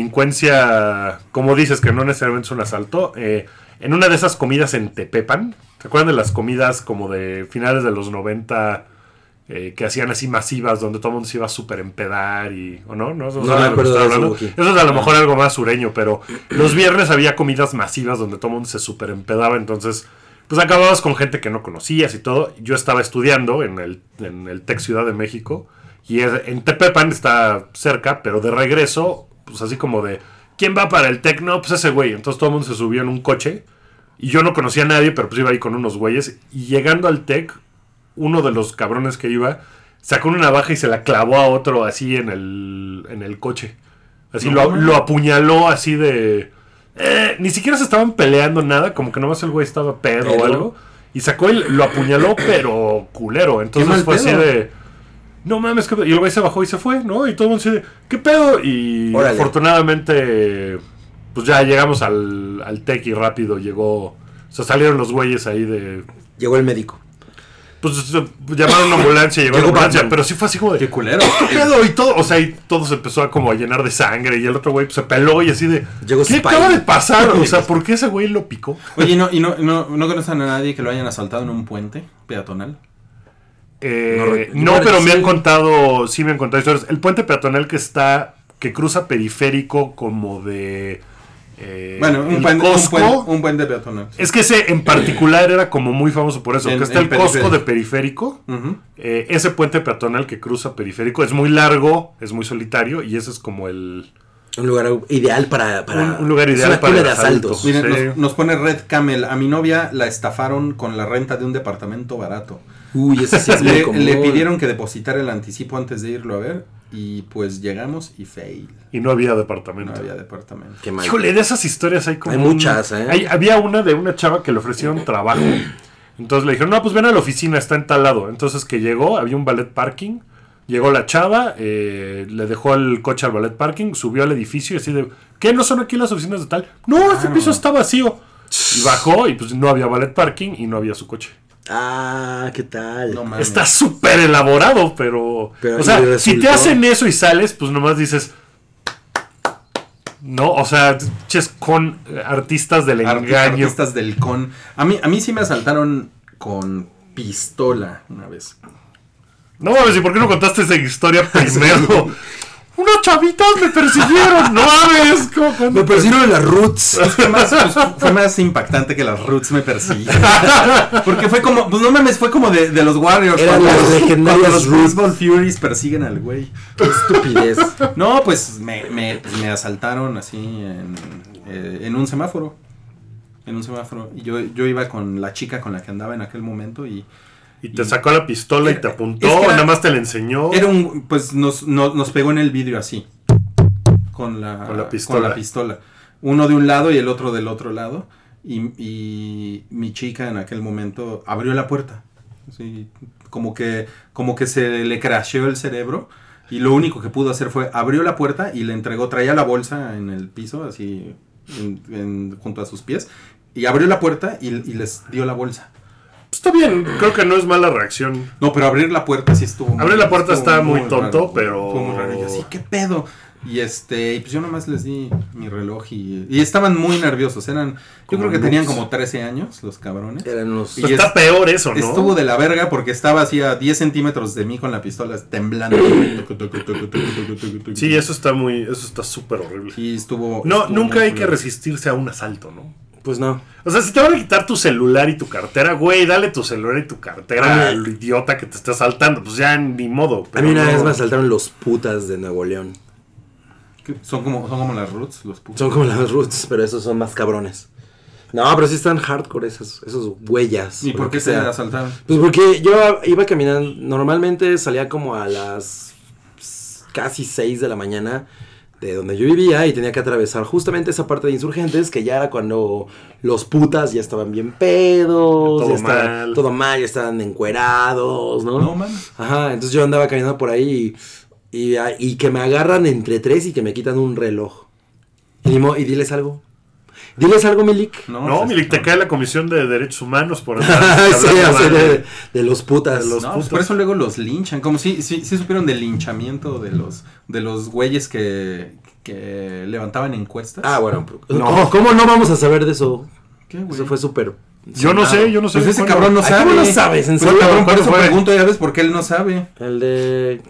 Speaker 3: delincuencia, como dices, que no necesariamente es un asalto. eh, en una de esas comidas en Tepepan, ¿se acuerdan de las comidas como de finales de los 90 eh, que hacían así masivas, donde todo el mundo se iba a súper empedar y. ¿O no? No, Eso
Speaker 2: No
Speaker 3: saben
Speaker 2: me
Speaker 3: lo que
Speaker 2: acuerdo
Speaker 3: estoy
Speaker 2: de eso,
Speaker 3: hablando.
Speaker 2: Wookie.
Speaker 3: Eso es a lo mejor algo más sureño, pero los viernes había comidas masivas donde todo el mundo se súper empedaba, entonces. Pues acababas con gente que no conocías y todo. Yo estaba estudiando en el, en el Tec Ciudad de México Y es- en Tepepan está cerca, pero de regreso, pues así como de, ¿quién va para el Tecno? Pues ese güey. Entonces todo el mundo se subió en un coche. Y yo no conocía a nadie, pero pues iba ahí con unos güeyes. Y llegando al Tec, uno de los cabrones que iba sacó una navaja y se la clavó a otro así en el, en el coche. Así lo, lo apuñaló así de... eh, ni siquiera se estaban peleando nada, como que nomás el güey estaba pedo
Speaker 2: Pero-
Speaker 3: o algo. Y sacó el... Lo apuñaló, pero culero.
Speaker 2: mal
Speaker 3: Entonces fue así
Speaker 2: pedo.
Speaker 3: de... No mames, ¿qué pedo?". y el güey se bajó y se fue, ¿no? Y todo el mundo se ¿qué pedo? Y
Speaker 2: Órale.
Speaker 3: afortunadamente, pues ya llegamos al, al tech y rápido llegó. O sea, salieron los güeyes ahí de.
Speaker 2: Llegó el médico.
Speaker 3: Pues se- llamaron a una ambulancia, llegó la
Speaker 2: Llegó
Speaker 3: ambulancia,
Speaker 2: Batman.
Speaker 3: pero sí fue así como de.
Speaker 4: Qué culero.
Speaker 3: ¿Qué pedo? Y todo, o sea, y todo se empezó a como a llenar de sangre y el otro güey pues, se peló y así de.
Speaker 2: Llegó
Speaker 3: ¿Qué
Speaker 2: Spidey.
Speaker 3: acaba de pasar? O sea, ¿por qué ese güey lo picó?
Speaker 4: Oye, ¿no, ¿y no, no, no conocen a nadie que lo hayan asaltado en un puente peatonal?
Speaker 2: No
Speaker 3: Eh,
Speaker 2: re-
Speaker 3: no,
Speaker 2: bueno,
Speaker 3: pero me
Speaker 2: sí.
Speaker 3: han contado, sí me han contado historias. El puente peatonal que está, que cruza periférico como de... eh,
Speaker 4: Bueno, un
Speaker 3: el
Speaker 4: puente, un,
Speaker 3: Costco.
Speaker 4: puente, un puente peatonal.
Speaker 3: Es que ese en particular era como muy famoso por eso,
Speaker 4: En-
Speaker 3: que está
Speaker 4: en
Speaker 3: el Costco
Speaker 4: periférico.
Speaker 3: de periférico.
Speaker 4: Ujú.
Speaker 3: Eh, ese puente peatonal que cruza periférico es muy largo, es muy solitario y ese es como el...
Speaker 2: Un lugar ideal para. para
Speaker 3: Un- un lugar
Speaker 2: es
Speaker 3: ideal
Speaker 2: una
Speaker 3: para
Speaker 2: cuna
Speaker 3: el
Speaker 2: de
Speaker 3: asalto.
Speaker 2: asaltos.
Speaker 4: Miren,
Speaker 3: Sí.
Speaker 4: nos, nos pone Red Camel. A mi novia la estafaron con la renta de un departamento barato.
Speaker 2: Uy, ese sí es muy
Speaker 4: le,
Speaker 2: común.
Speaker 4: le pidieron que depositara el anticipo antes de irlo a ver. Y pues llegamos y fail.
Speaker 3: Y no había
Speaker 4: No
Speaker 3: departamento.
Speaker 4: había departamento.
Speaker 2: Qué mal.
Speaker 3: Híjole, de esas historias hay como.
Speaker 2: Hay
Speaker 3: un-
Speaker 2: muchas, ¿eh?
Speaker 3: hay- había una de una chava que le ofrecieron trabajo. Entonces le dijeron, no, pues ven a la oficina, está en tal lado. Entonces que llegó, había un ballet parking. Llegó la chava, eh, le dejó el coche al ballet parking, subió al edificio y así de, ¿qué? ¿No son aquí las oficinas de tal? No, este piso está vacío. Y bajó y pues no había ballet parking y no había su coche.
Speaker 2: Ah, ¿qué tal?
Speaker 4: No mames.
Speaker 3: Está súper elaborado, pero,
Speaker 2: Pero,
Speaker 3: O
Speaker 2: ¿y
Speaker 3: sea,
Speaker 2: le
Speaker 3: si te
Speaker 2: resultó?
Speaker 3: hacen eso y sales, pues nomás dices. No, o sea, ches con eh, artistas del
Speaker 4: Arti-
Speaker 3: engaño.
Speaker 4: Artistas del con. A mí, a mí sí me asaltaron con pistola una vez.
Speaker 3: No mames, ¿y por qué no contaste esa historia primero? Unas chavitas me persiguieron, no mames. ¿cómo cuando-
Speaker 2: Me persiguieron en las roots.
Speaker 4: Fue más, pues, fue más impactante que las Roots me persiguieron. Porque fue como, pues no mames, fue como de, de los Warriors.
Speaker 2: Eran
Speaker 4: cuando
Speaker 2: las
Speaker 4: los-
Speaker 2: legendarias
Speaker 4: cuando los
Speaker 2: Roots.
Speaker 4: Baseball Furies persiguen al güey.
Speaker 2: Qué estupidez.
Speaker 4: No, pues me, me- me asaltaron así en, eh, en un semáforo. En un semáforo. Y yo, yo iba con la chica con la que andaba en aquel momento y
Speaker 3: Y te sacó la pistola y te apuntó,
Speaker 4: Es que era-
Speaker 3: nada más te la enseñó.
Speaker 4: era un, pues nos, no- nos pegó en el vidrio así. Con la,
Speaker 3: Con la pistola.
Speaker 4: la pistola. Uno de un lado y el otro del otro lado. Y, y mi chica en aquel momento abrió la puerta. Así, como, que, como que se le crasheó el cerebro. Y lo único que pudo hacer fue abrió la puerta y le entregó, traía la bolsa en el piso, así en- en- junto a sus pies. Y abrió la puerta y, y les dio la bolsa.
Speaker 3: Pues está bien, creo que no es mala reacción.
Speaker 4: No, pero abrir la puerta sí estuvo. muy-
Speaker 3: Abrir la puerta
Speaker 4: estuvo
Speaker 3: está muy tonto,
Speaker 4: raro,
Speaker 3: pero-
Speaker 4: Estuvo muy raro. Y yo, sí, ¿qué pedo? Y este, y pues yo nomás les di mi reloj y, y estaban muy nerviosos. Eran, yo
Speaker 3: Como
Speaker 4: creo que
Speaker 3: noobs.
Speaker 4: tenían como 13 años los cabrones.
Speaker 2: Eran unos.
Speaker 4: Y
Speaker 3: Pues está
Speaker 4: es-
Speaker 3: peor eso, ¿no?
Speaker 4: Estuvo de la verga porque estaba así a 10 centímetros de mí con la pistola temblando.
Speaker 3: Sí, eso está muy, eso está súper horrible.
Speaker 4: Sí, estuvo.
Speaker 3: No,
Speaker 4: estuvo
Speaker 3: nunca
Speaker 4: muy
Speaker 3: hay que
Speaker 4: culero.
Speaker 3: resistirse a un asalto, ¿no?
Speaker 2: Pues no.
Speaker 3: O sea, si te van a quitar tu celular y tu cartera, güey, dale tu celular y tu cartera
Speaker 2: A mí-
Speaker 3: al idiota que te está saltando. Pues ya ni modo.
Speaker 2: A
Speaker 3: pero
Speaker 2: mí una
Speaker 3: no.
Speaker 2: vez me asaltaron los putas de Nuevo León.
Speaker 4: Que Son como, son como las roots, los putos.
Speaker 2: Son como las roots, pero esos son más cabrones. No, pero sí están hardcore esas, esas huellas.
Speaker 4: ¿Y
Speaker 2: o
Speaker 4: por
Speaker 2: lo
Speaker 4: qué
Speaker 2: que
Speaker 4: se
Speaker 2: sea.
Speaker 4: asaltaron?
Speaker 2: Pues porque yo iba caminando, normalmente salía como a las casi 6 de la mañana de donde yo vivía y tenía que atravesar justamente esa parte de insurgentes que ya era cuando los putas ya estaban bien pedos,
Speaker 3: Todo
Speaker 2: ya estaban-
Speaker 3: mal.
Speaker 2: todo mal, ya estaban encuerados, ¿no?
Speaker 4: No, man.
Speaker 2: Ajá, entonces yo andaba caminando por ahí y, y, a- y que me agarran entre tres y que me quitan un reloj. Y, ni mo- y diles algo. Diles algo, Milik.
Speaker 4: No,
Speaker 3: No,
Speaker 4: pues,
Speaker 3: Milik, te cae la Comisión de Derechos Humanos por andar
Speaker 2: Sí,
Speaker 3: hablando
Speaker 2: así
Speaker 3: mal.
Speaker 2: de, de los putas.
Speaker 3: De los
Speaker 4: No,
Speaker 3: putos.
Speaker 4: pues por eso luego los linchan. Como si, si, si supieron del linchamiento de los de los güeyes que, que levantaban encuestas.
Speaker 2: Ah, bueno. pero-
Speaker 3: No.
Speaker 2: ¿Cómo, cómo no vamos a saber de eso?
Speaker 4: ¿Qué güey?
Speaker 2: Eso fue súper.
Speaker 3: Yo no sé, yo no sé.
Speaker 4: Pues ese
Speaker 3: ¿Cuándo?
Speaker 4: cabrón no
Speaker 2: Ay,
Speaker 4: sabe.
Speaker 2: ¿cómo no sabes? ¿En
Speaker 4: Pues,
Speaker 2: serio?
Speaker 4: cabrón, por
Speaker 3: ¿Cuándo
Speaker 4: eso
Speaker 3: fue?
Speaker 4: pregunto, ya ves por qué él no sabe.
Speaker 2: El de.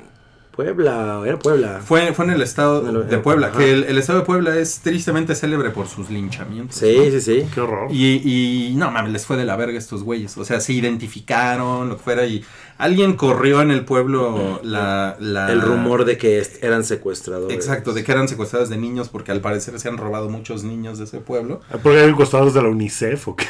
Speaker 2: Puebla, era Puebla.
Speaker 4: Fue, fue en el estado
Speaker 2: En el-
Speaker 4: de Puebla,
Speaker 2: ajá.
Speaker 4: que el, el estado de Puebla es tristemente célebre por sus linchamientos.
Speaker 2: Sí, sí, sí.
Speaker 3: Qué horror.
Speaker 4: Y, y no mames, les fue de la verga estos güeyes. O sea, se identificaron, lo que fuera, y alguien corrió en el pueblo la, la-
Speaker 2: El rumor de que est- eran secuestradores.
Speaker 4: Ah. Exacto, de que eran secuestrados de niños porque al parecer se han robado muchos niños de ese pueblo.
Speaker 3: Ah, Porque hay costados de la UNICEF o qué.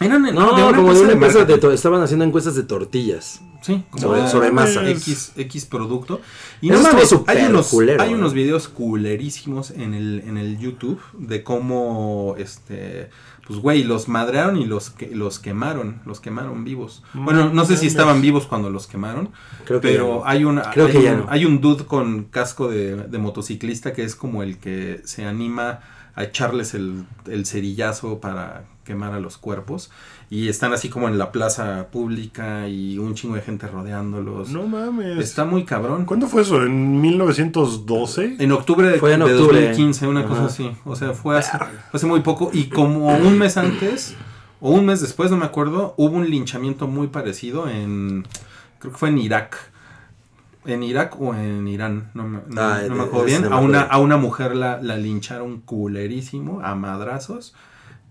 Speaker 4: Eran,
Speaker 2: No, como de una empresa de
Speaker 4: marketing.
Speaker 2: to- estaban haciendo encuestas de tortillas.
Speaker 4: Sí, como
Speaker 2: sobre-
Speaker 4: de-
Speaker 2: sobre masa.
Speaker 4: X, X producto. Y
Speaker 2: Eso
Speaker 4: no
Speaker 2: estuvo
Speaker 4: mames,
Speaker 2: súper
Speaker 4: hay, unos,
Speaker 2: culero,
Speaker 4: hay
Speaker 2: ¿no?
Speaker 4: unos videos culerísimos en el, en el YouTube de cómo, este, pues güey, los madrearon y los, que- los quemaron, los quemaron vivos. Bueno, no sé si estaban vivos cuando los quemaron,
Speaker 2: Creo que ya
Speaker 4: pero
Speaker 2: no.
Speaker 4: hay, una,
Speaker 2: Creo
Speaker 4: hay,
Speaker 2: que ya
Speaker 4: un,
Speaker 2: no.
Speaker 4: hay un dude con casco de, de motociclista que es como el que se anima a echarles el, el cerillazo para quemar a los cuerpos. Y están así como en la plaza pública y un chingo de gente rodeándolos.
Speaker 3: No mames.
Speaker 4: Está muy cabrón.
Speaker 3: ¿Cuándo fue eso? ¿En 1912?
Speaker 4: En octubre de,
Speaker 2: Fue en
Speaker 4: de
Speaker 2: octubre.
Speaker 4: 2015, una cosa
Speaker 2: Ajá.
Speaker 4: así. O sea, fue hace, fue hace muy poco. Y como un mes antes, o un mes después, no me acuerdo, hubo un linchamiento muy parecido en. Creo que fue en Irak. En Irak o en Irán, no me, no-
Speaker 2: Ah, de-
Speaker 4: no me acuerdo
Speaker 2: de ese
Speaker 4: bien.
Speaker 2: no me
Speaker 4: A una,
Speaker 2: acuerdo.
Speaker 4: a una mujer la, la lincharon culerísimo, a madrazos.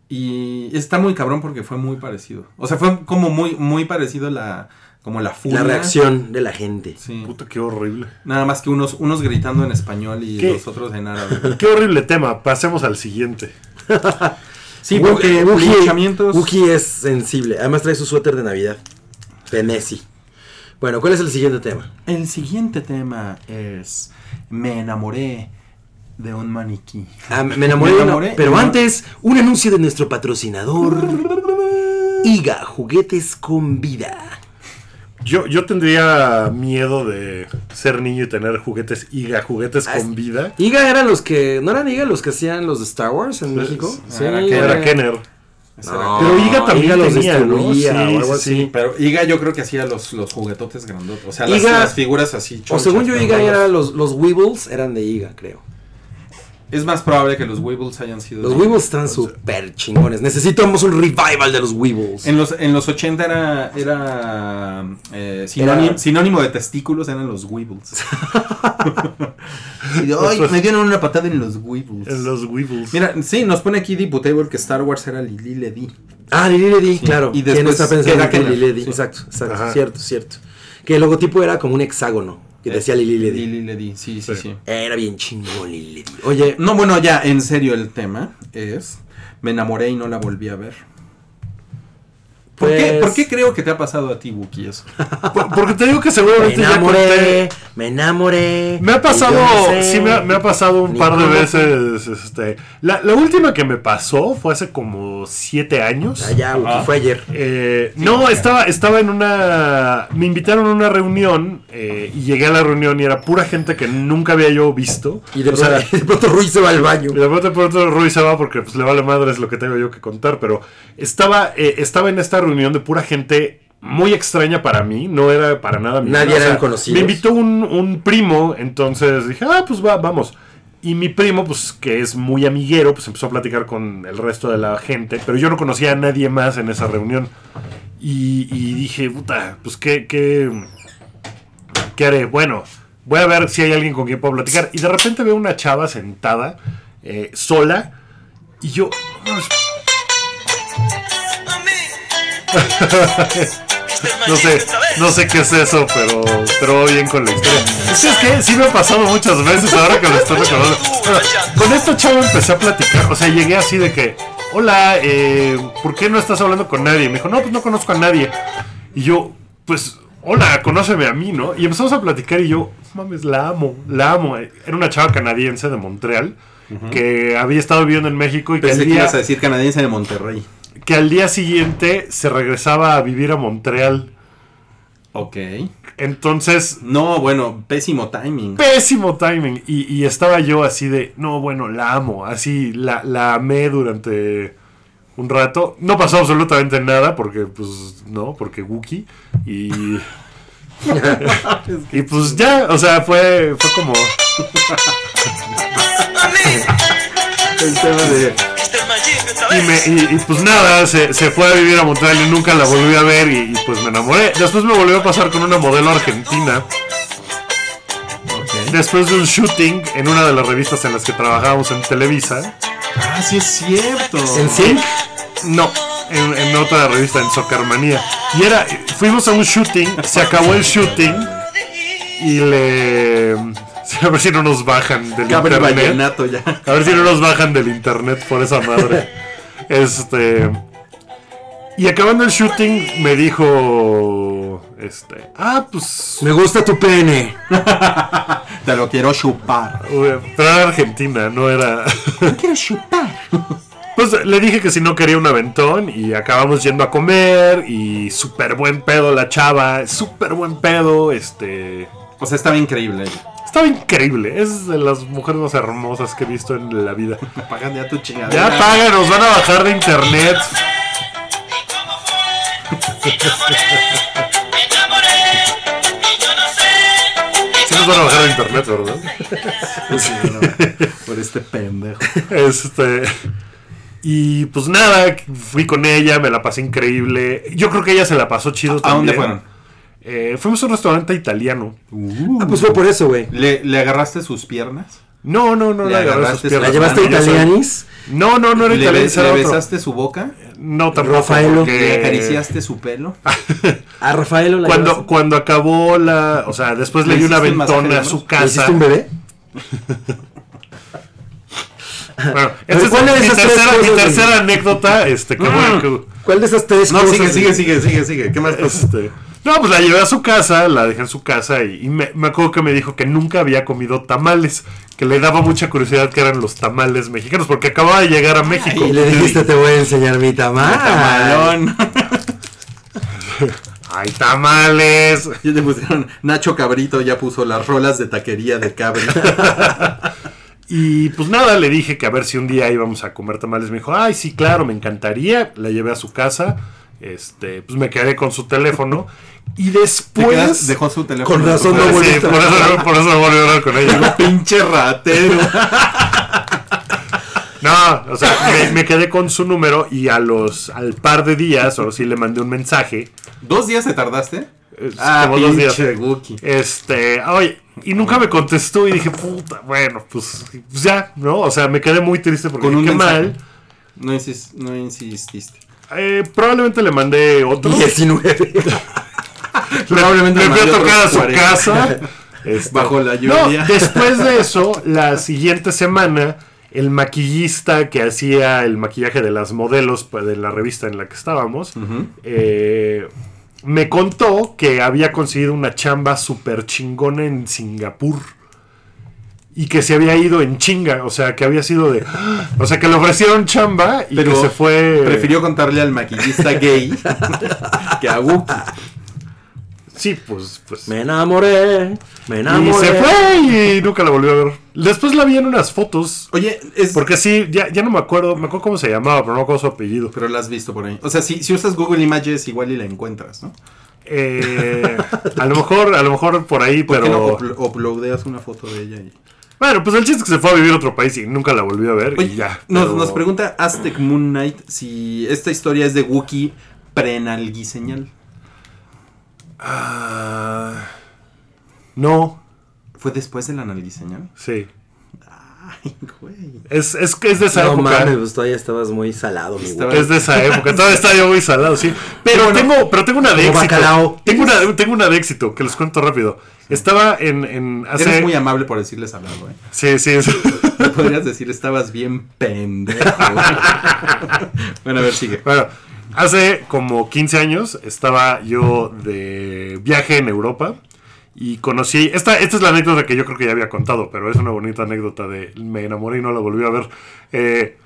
Speaker 4: Y está muy cabrón porque fue muy parecido. O sea, fue como muy, muy parecido la, como la furia.
Speaker 2: La reacción de la gente.
Speaker 4: Sí.
Speaker 3: Puta, qué horrible.
Speaker 4: Nada más que unos, unos gritando en español y
Speaker 3: ¿Qué?
Speaker 4: los otros en árabe.
Speaker 3: Qué horrible tema. Pasemos al siguiente.
Speaker 4: Sí,
Speaker 2: Wu-
Speaker 4: porque
Speaker 2: Wookie-
Speaker 4: eh, linchamientos.
Speaker 2: Wookie es sensible. Además trae su suéter de Navidad. De Messi. Bueno, ¿cuál es el siguiente tema?
Speaker 4: El siguiente tema es me enamoré de un maniquí.
Speaker 2: Ah, me enamoré,
Speaker 4: Me
Speaker 2: de una-
Speaker 4: enamoré,
Speaker 2: pero
Speaker 4: me enam-
Speaker 2: antes, un anuncio de nuestro patrocinador. Iga, juguetes con vida.
Speaker 3: Yo, yo tendría miedo de ser niño y tener juguetes IGA, juguetes
Speaker 2: Ah, es-
Speaker 3: con vida.
Speaker 2: Iga eran los que. ¿No eran Iga los que hacían los de Star Wars en México? Sí,
Speaker 4: Pues, era
Speaker 2: Iga. Ah,
Speaker 4: que-
Speaker 3: Era Kenner.
Speaker 2: No,
Speaker 3: Pero Iga también
Speaker 2: los
Speaker 3: tenía, ¿no?
Speaker 2: distribuía
Speaker 3: Sí,
Speaker 2: o algo
Speaker 3: sí,
Speaker 2: así.
Speaker 3: sí.
Speaker 4: Pero Iga yo creo que hacía los, los juguetotes grandotes. O sea, las,
Speaker 2: Iga-
Speaker 4: las figuras así.
Speaker 2: O
Speaker 4: chonchas,
Speaker 2: según yo,
Speaker 4: pero
Speaker 2: Iga
Speaker 4: no
Speaker 2: era
Speaker 4: los-
Speaker 2: los, los Weebles eran de Iga, creo.
Speaker 4: Es más probable que los Weebles hayan sido...
Speaker 2: Los
Speaker 4: de-
Speaker 2: Weebles están súper chingones. Necesitamos un revival de los Weebles.
Speaker 4: En los, en los 80 era, era, eh, sinónimo,
Speaker 2: Era-
Speaker 4: sinónimo de testículos eran los Weebles. Y de, "Ay, me dieron una patada en los Weebles.
Speaker 3: En los Weebles.
Speaker 4: Mira, sí, nos pone aquí Diputable que Star Wars era Lili Ledi.
Speaker 2: Ah, Lily Lady,
Speaker 4: Sí.
Speaker 2: claro.
Speaker 4: Y
Speaker 2: ¿Quién
Speaker 4: después
Speaker 2: está pensando
Speaker 4: queda
Speaker 2: en
Speaker 4: Kenner.
Speaker 2: Lily Lady?
Speaker 4: Sí.
Speaker 2: Exacto, exacto.
Speaker 3: Ajá.
Speaker 2: Cierto, cierto. Que el logotipo era como un hexágono.
Speaker 4: Eh,
Speaker 2: Que decía Lily Lady.
Speaker 4: Lili Ledi, sí, sí,
Speaker 3: Sí.
Speaker 4: sí.
Speaker 2: Era bien chingón Lily Lady. Oye,
Speaker 4: No, bueno, ya, en serio, el tema es. Me enamoré y no la volví a ver. ¿Por, qué,
Speaker 2: Pues-
Speaker 4: ¿Por qué creo que te ha pasado a ti, Wookie, eso?
Speaker 3: Por- Porque te digo que
Speaker 2: me
Speaker 3: seguramente ya
Speaker 2: enamoré,
Speaker 3: conté.
Speaker 2: me enamoré.
Speaker 3: Me ha pasado,
Speaker 2: y yo no sé.
Speaker 3: sí, me ha, me ha pasado un
Speaker 2: Ni
Speaker 3: par de
Speaker 2: cómo.
Speaker 3: veces. Este, la, la última que me pasó fue hace como siete años.
Speaker 2: Ah, ya, Wookie, fue ayer.
Speaker 3: Eh, no, estaba, estaba en una. Me invitaron a una reunión eh, y llegué a la reunión y era pura gente que nunca había yo visto.
Speaker 2: Y de,
Speaker 3: O sea,
Speaker 2: pronto- de pronto Ruiz se va al baño.
Speaker 3: y de pronto, pronto Rui se va porque pues, le vale madre es lo que tengo yo que contar, pero estaba, eh, estaba en esta reunión de pura gente muy extraña para mí, no era para nada mi
Speaker 2: Nadie
Speaker 3: o sea,
Speaker 2: eran conocidos.
Speaker 3: Me invitó un, un primo, entonces dije, ah, pues va, vamos. Y mi primo, pues que es muy amiguero, pues empezó a platicar con el resto de la gente, pero yo no conocía a nadie más en esa reunión. Y, y dije, puta, pues qué, qué, ¿Qué haré? Bueno, voy a ver si hay alguien con quien puedo platicar. Y de repente veo una chava sentada, eh, sola, y yo. No sé, no sé qué es eso, pero, pero va bien con la historia. Es que, es que sí me ha pasado muchas veces ahora que lo estoy recordando. Bueno, con esta chava empecé a platicar, o sea, llegué así de que, hola, eh, ¿por qué no estás hablando con nadie? Me dijo, no, pues no conozco a nadie. Y yo, pues, hola, conóceme a mí, ¿no? Y empezamos a platicar y yo, mames, la amo, la amo. Era una chava canadiense de Montreal que había estado viviendo en México y que
Speaker 4: Pensé
Speaker 3: al
Speaker 4: que
Speaker 3: día-
Speaker 4: ibas a decir canadiense de Monterrey.
Speaker 3: que al día siguiente se regresaba a vivir a Montreal.
Speaker 4: Ok.
Speaker 3: Entonces,
Speaker 4: No, bueno, pésimo timing.
Speaker 3: pésimo timing. Y, y estaba yo así de, no, bueno, la amo. Así, la, la amé durante un rato. No pasó absolutamente nada porque, pues, no, porque Wookie. Y, y pues ya, o sea, fue, fue como...
Speaker 4: El tema de.
Speaker 3: Y, me- y- y, pues nada, se, se fue a vivir a Montreal y nunca la volví a ver y, y, pues me enamoré. Después me volvió a pasar con una modelo argentina Después de un shooting en una de las revistas en las que trabajábamos en Televisa.
Speaker 4: Ah, sí es cierto.
Speaker 2: ¿En Sync?
Speaker 3: No, en, en otra revista, en Soccermanía. Y era, fuimos a un shooting, se acabó el shooting y le... A ver si no nos bajan del
Speaker 4: Cabre
Speaker 3: internet.
Speaker 4: vallenato ya.
Speaker 3: A ver si no nos bajan del internet por esa madre. Este. Y acabando el shooting, me dijo. Este. Ah, pues.
Speaker 2: Me gusta tu pene.
Speaker 4: Te lo quiero chupar.
Speaker 3: Pero era Argentina, no era.
Speaker 4: Quiero chupar.
Speaker 3: Pues le dije que si no quería un aventón y acabamos yendo a comer y súper buen pedo la chava, súper buen pedo, este...
Speaker 4: O sea, estaba increíble.
Speaker 3: Estaba increíble, es de las mujeres más hermosas que he visto en la vida.
Speaker 4: Pagan ya tu chingadera.
Speaker 3: Ya paga, nos van a bajar de internet. Sí nos van a bajar de internet, ¿verdad?
Speaker 4: Sí, no, por este pendejo.
Speaker 3: Este. Y pues nada, fui con ella, me la pasé increíble. Yo creo que ella se la pasó chido
Speaker 4: ¿A dónde
Speaker 3: también.
Speaker 4: fueron?
Speaker 3: Eh, fuimos a un restaurante italiano.
Speaker 4: Uh.
Speaker 2: Ah, pues fue por eso, güey.
Speaker 4: ¿Le, le agarraste sus piernas?
Speaker 3: No, no, no,
Speaker 4: Le
Speaker 3: la agarré
Speaker 4: agarraste
Speaker 3: sus
Speaker 4: su
Speaker 2: ¿La
Speaker 3: piernas.
Speaker 2: llevaste a
Speaker 3: Yo soy-
Speaker 2: Italianis?
Speaker 3: No, no, no era
Speaker 4: ¿Le, Eh.
Speaker 3: italiano,
Speaker 4: be-
Speaker 3: era
Speaker 4: le
Speaker 3: otro.
Speaker 4: besaste su boca?
Speaker 3: No, tampoco.
Speaker 2: Rafaelo?
Speaker 3: porque-
Speaker 4: ¿Le acariciaste su pelo?
Speaker 2: ¿A Rafaelo la
Speaker 3: Cuando,
Speaker 2: llevaste?
Speaker 3: cuando acabó la. O sea, después le
Speaker 4: ¿Le
Speaker 3: di una
Speaker 4: hiciste un masaje
Speaker 3: ventona
Speaker 4: de
Speaker 3: a su
Speaker 4: hombros?
Speaker 2: ¿Le
Speaker 3: casa.
Speaker 2: hiciste un bebé?
Speaker 3: Bueno,
Speaker 2: ¿Pero
Speaker 3: esta
Speaker 2: cuál de
Speaker 3: es mi
Speaker 2: esas tres
Speaker 3: tercera, mi
Speaker 2: cosas, güey?
Speaker 3: tercera anécdota. Este, que bueno que-
Speaker 2: ¿Cuál de esas tres
Speaker 4: No,
Speaker 2: cosas?
Speaker 4: sigue,
Speaker 2: güey?
Speaker 4: pues, sigue, sigue, sigue, sigue. ¿Qué más? cosas?
Speaker 3: Este, no, pues la llevé a su casa, la dejé en su casa y, y me, me acuerdo que me dijo que nunca había comido tamales, que le daba mucha curiosidad que eran los tamales mexicanos, porque acababa de llegar a México.
Speaker 2: Y le dijiste, te voy a enseñar mi tamal.
Speaker 4: Malón.
Speaker 3: ¡Ay, tamales!
Speaker 4: Ya te pusieron Nacho Cabrito, ya puso las rolas de taquería de cabrito.
Speaker 3: Y pues nada, le dije que a ver si un día íbamos a comer tamales. Me dijo, ay, sí, claro, me encantaría. La llevé a su casa, este, pues me quedé con su teléfono. Y
Speaker 4: Te quedas-
Speaker 3: después... Pues,
Speaker 4: dejó su teléfono.
Speaker 2: con razón
Speaker 4: en
Speaker 2: no
Speaker 4: su casa.
Speaker 3: Sí,
Speaker 2: volviste a
Speaker 3: por eso, por eso no volví a hablar con ella.
Speaker 4: Pinche ratero.
Speaker 3: No, o sea, me, me quedé con su número y a los, al par de días, o sí le mandé un mensaje.
Speaker 4: ¿Dos días te tardaste?
Speaker 3: es
Speaker 4: Ah, como
Speaker 3: como dos días.
Speaker 4: Guki.
Speaker 3: Este, ay, y nunca me contestó y dije, puta, bueno, pues, pues ya, ¿no? O sea, me quedé muy triste porque
Speaker 4: Con un
Speaker 3: qué
Speaker 4: mensaje.
Speaker 3: mal.
Speaker 4: No, insis- no insististe.
Speaker 3: Eh, probablemente le mandé otro.
Speaker 2: 19.
Speaker 4: Probablemente
Speaker 3: le
Speaker 4: le
Speaker 3: fui a
Speaker 4: mandé
Speaker 3: tocar a
Speaker 4: otros
Speaker 3: su
Speaker 4: 40.
Speaker 3: casa. Este,
Speaker 4: Bajo la
Speaker 3: No,
Speaker 4: lluvia.
Speaker 3: después de eso, la siguiente semana, el maquillista que hacía el maquillaje de las modelos pues, de la revista en la que estábamos, eh, me contó que había conseguido una chamba súper chingona en Singapur. Y que se había ido en chinga, o sea, que había sido de... O sea, que le ofrecieron chamba y
Speaker 4: Pero
Speaker 3: que se fue...
Speaker 4: Prefirió contarle al maquillista gay que a Guki.
Speaker 3: Sí, pues... pues
Speaker 2: Me enamoré. Me enamoré.
Speaker 3: y se fue y nunca la volvió a ver. Después la vi en unas fotos.
Speaker 4: Oye, es...
Speaker 3: Porque sí, ya, ya no me acuerdo, me acuerdo cómo se llamaba, pero no me acuerdo su apellido.
Speaker 4: Pero la has visto por ahí. O sea, si, si usas Google Images, igual y la encuentras, ¿no?
Speaker 3: Eh, a lo mejor, a lo mejor por ahí,
Speaker 4: ¿Por qué no
Speaker 3: pero.
Speaker 4: uplo- uploadeas una foto de ella? y-
Speaker 3: Bueno, pues el chiste es que se fue a vivir a otro país y nunca la volvió a ver
Speaker 4: Oye,
Speaker 3: y ya.
Speaker 4: nos,
Speaker 3: pero-
Speaker 4: nos pregunta Aztec Moon Knight si esta historia es de Wookiee prenalguiseñal.
Speaker 3: Ah, no,
Speaker 4: ¿Fue después de la analguiseñal?
Speaker 3: sí.
Speaker 4: Ay, güey.
Speaker 3: Es, es que es de esa
Speaker 2: No
Speaker 3: época.
Speaker 2: mames, pues todavía estabas muy salado, mi güey.
Speaker 4: Estaba-
Speaker 3: Es de esa época. Todavía está yo muy salado, sí. Pero, tengo, pero tengo una de
Speaker 2: como
Speaker 3: éxito.
Speaker 2: bacalao.
Speaker 3: Tengo una, tengo una de éxito, que les cuento rápido. Estaba en. en hace-
Speaker 4: Eres muy amable por decirles al lado, ¿eh?
Speaker 3: Sí, sí. es-
Speaker 4: No podrías decir, estabas bien pendejo. bueno, a ver, sigue.
Speaker 3: Bueno, hace como 15 años estaba yo de viaje en Europa y conocí. Esta, esta es la anécdota que yo creo que ya había contado, pero es una bonita anécdota de me enamoré y no la volví a ver. Eh,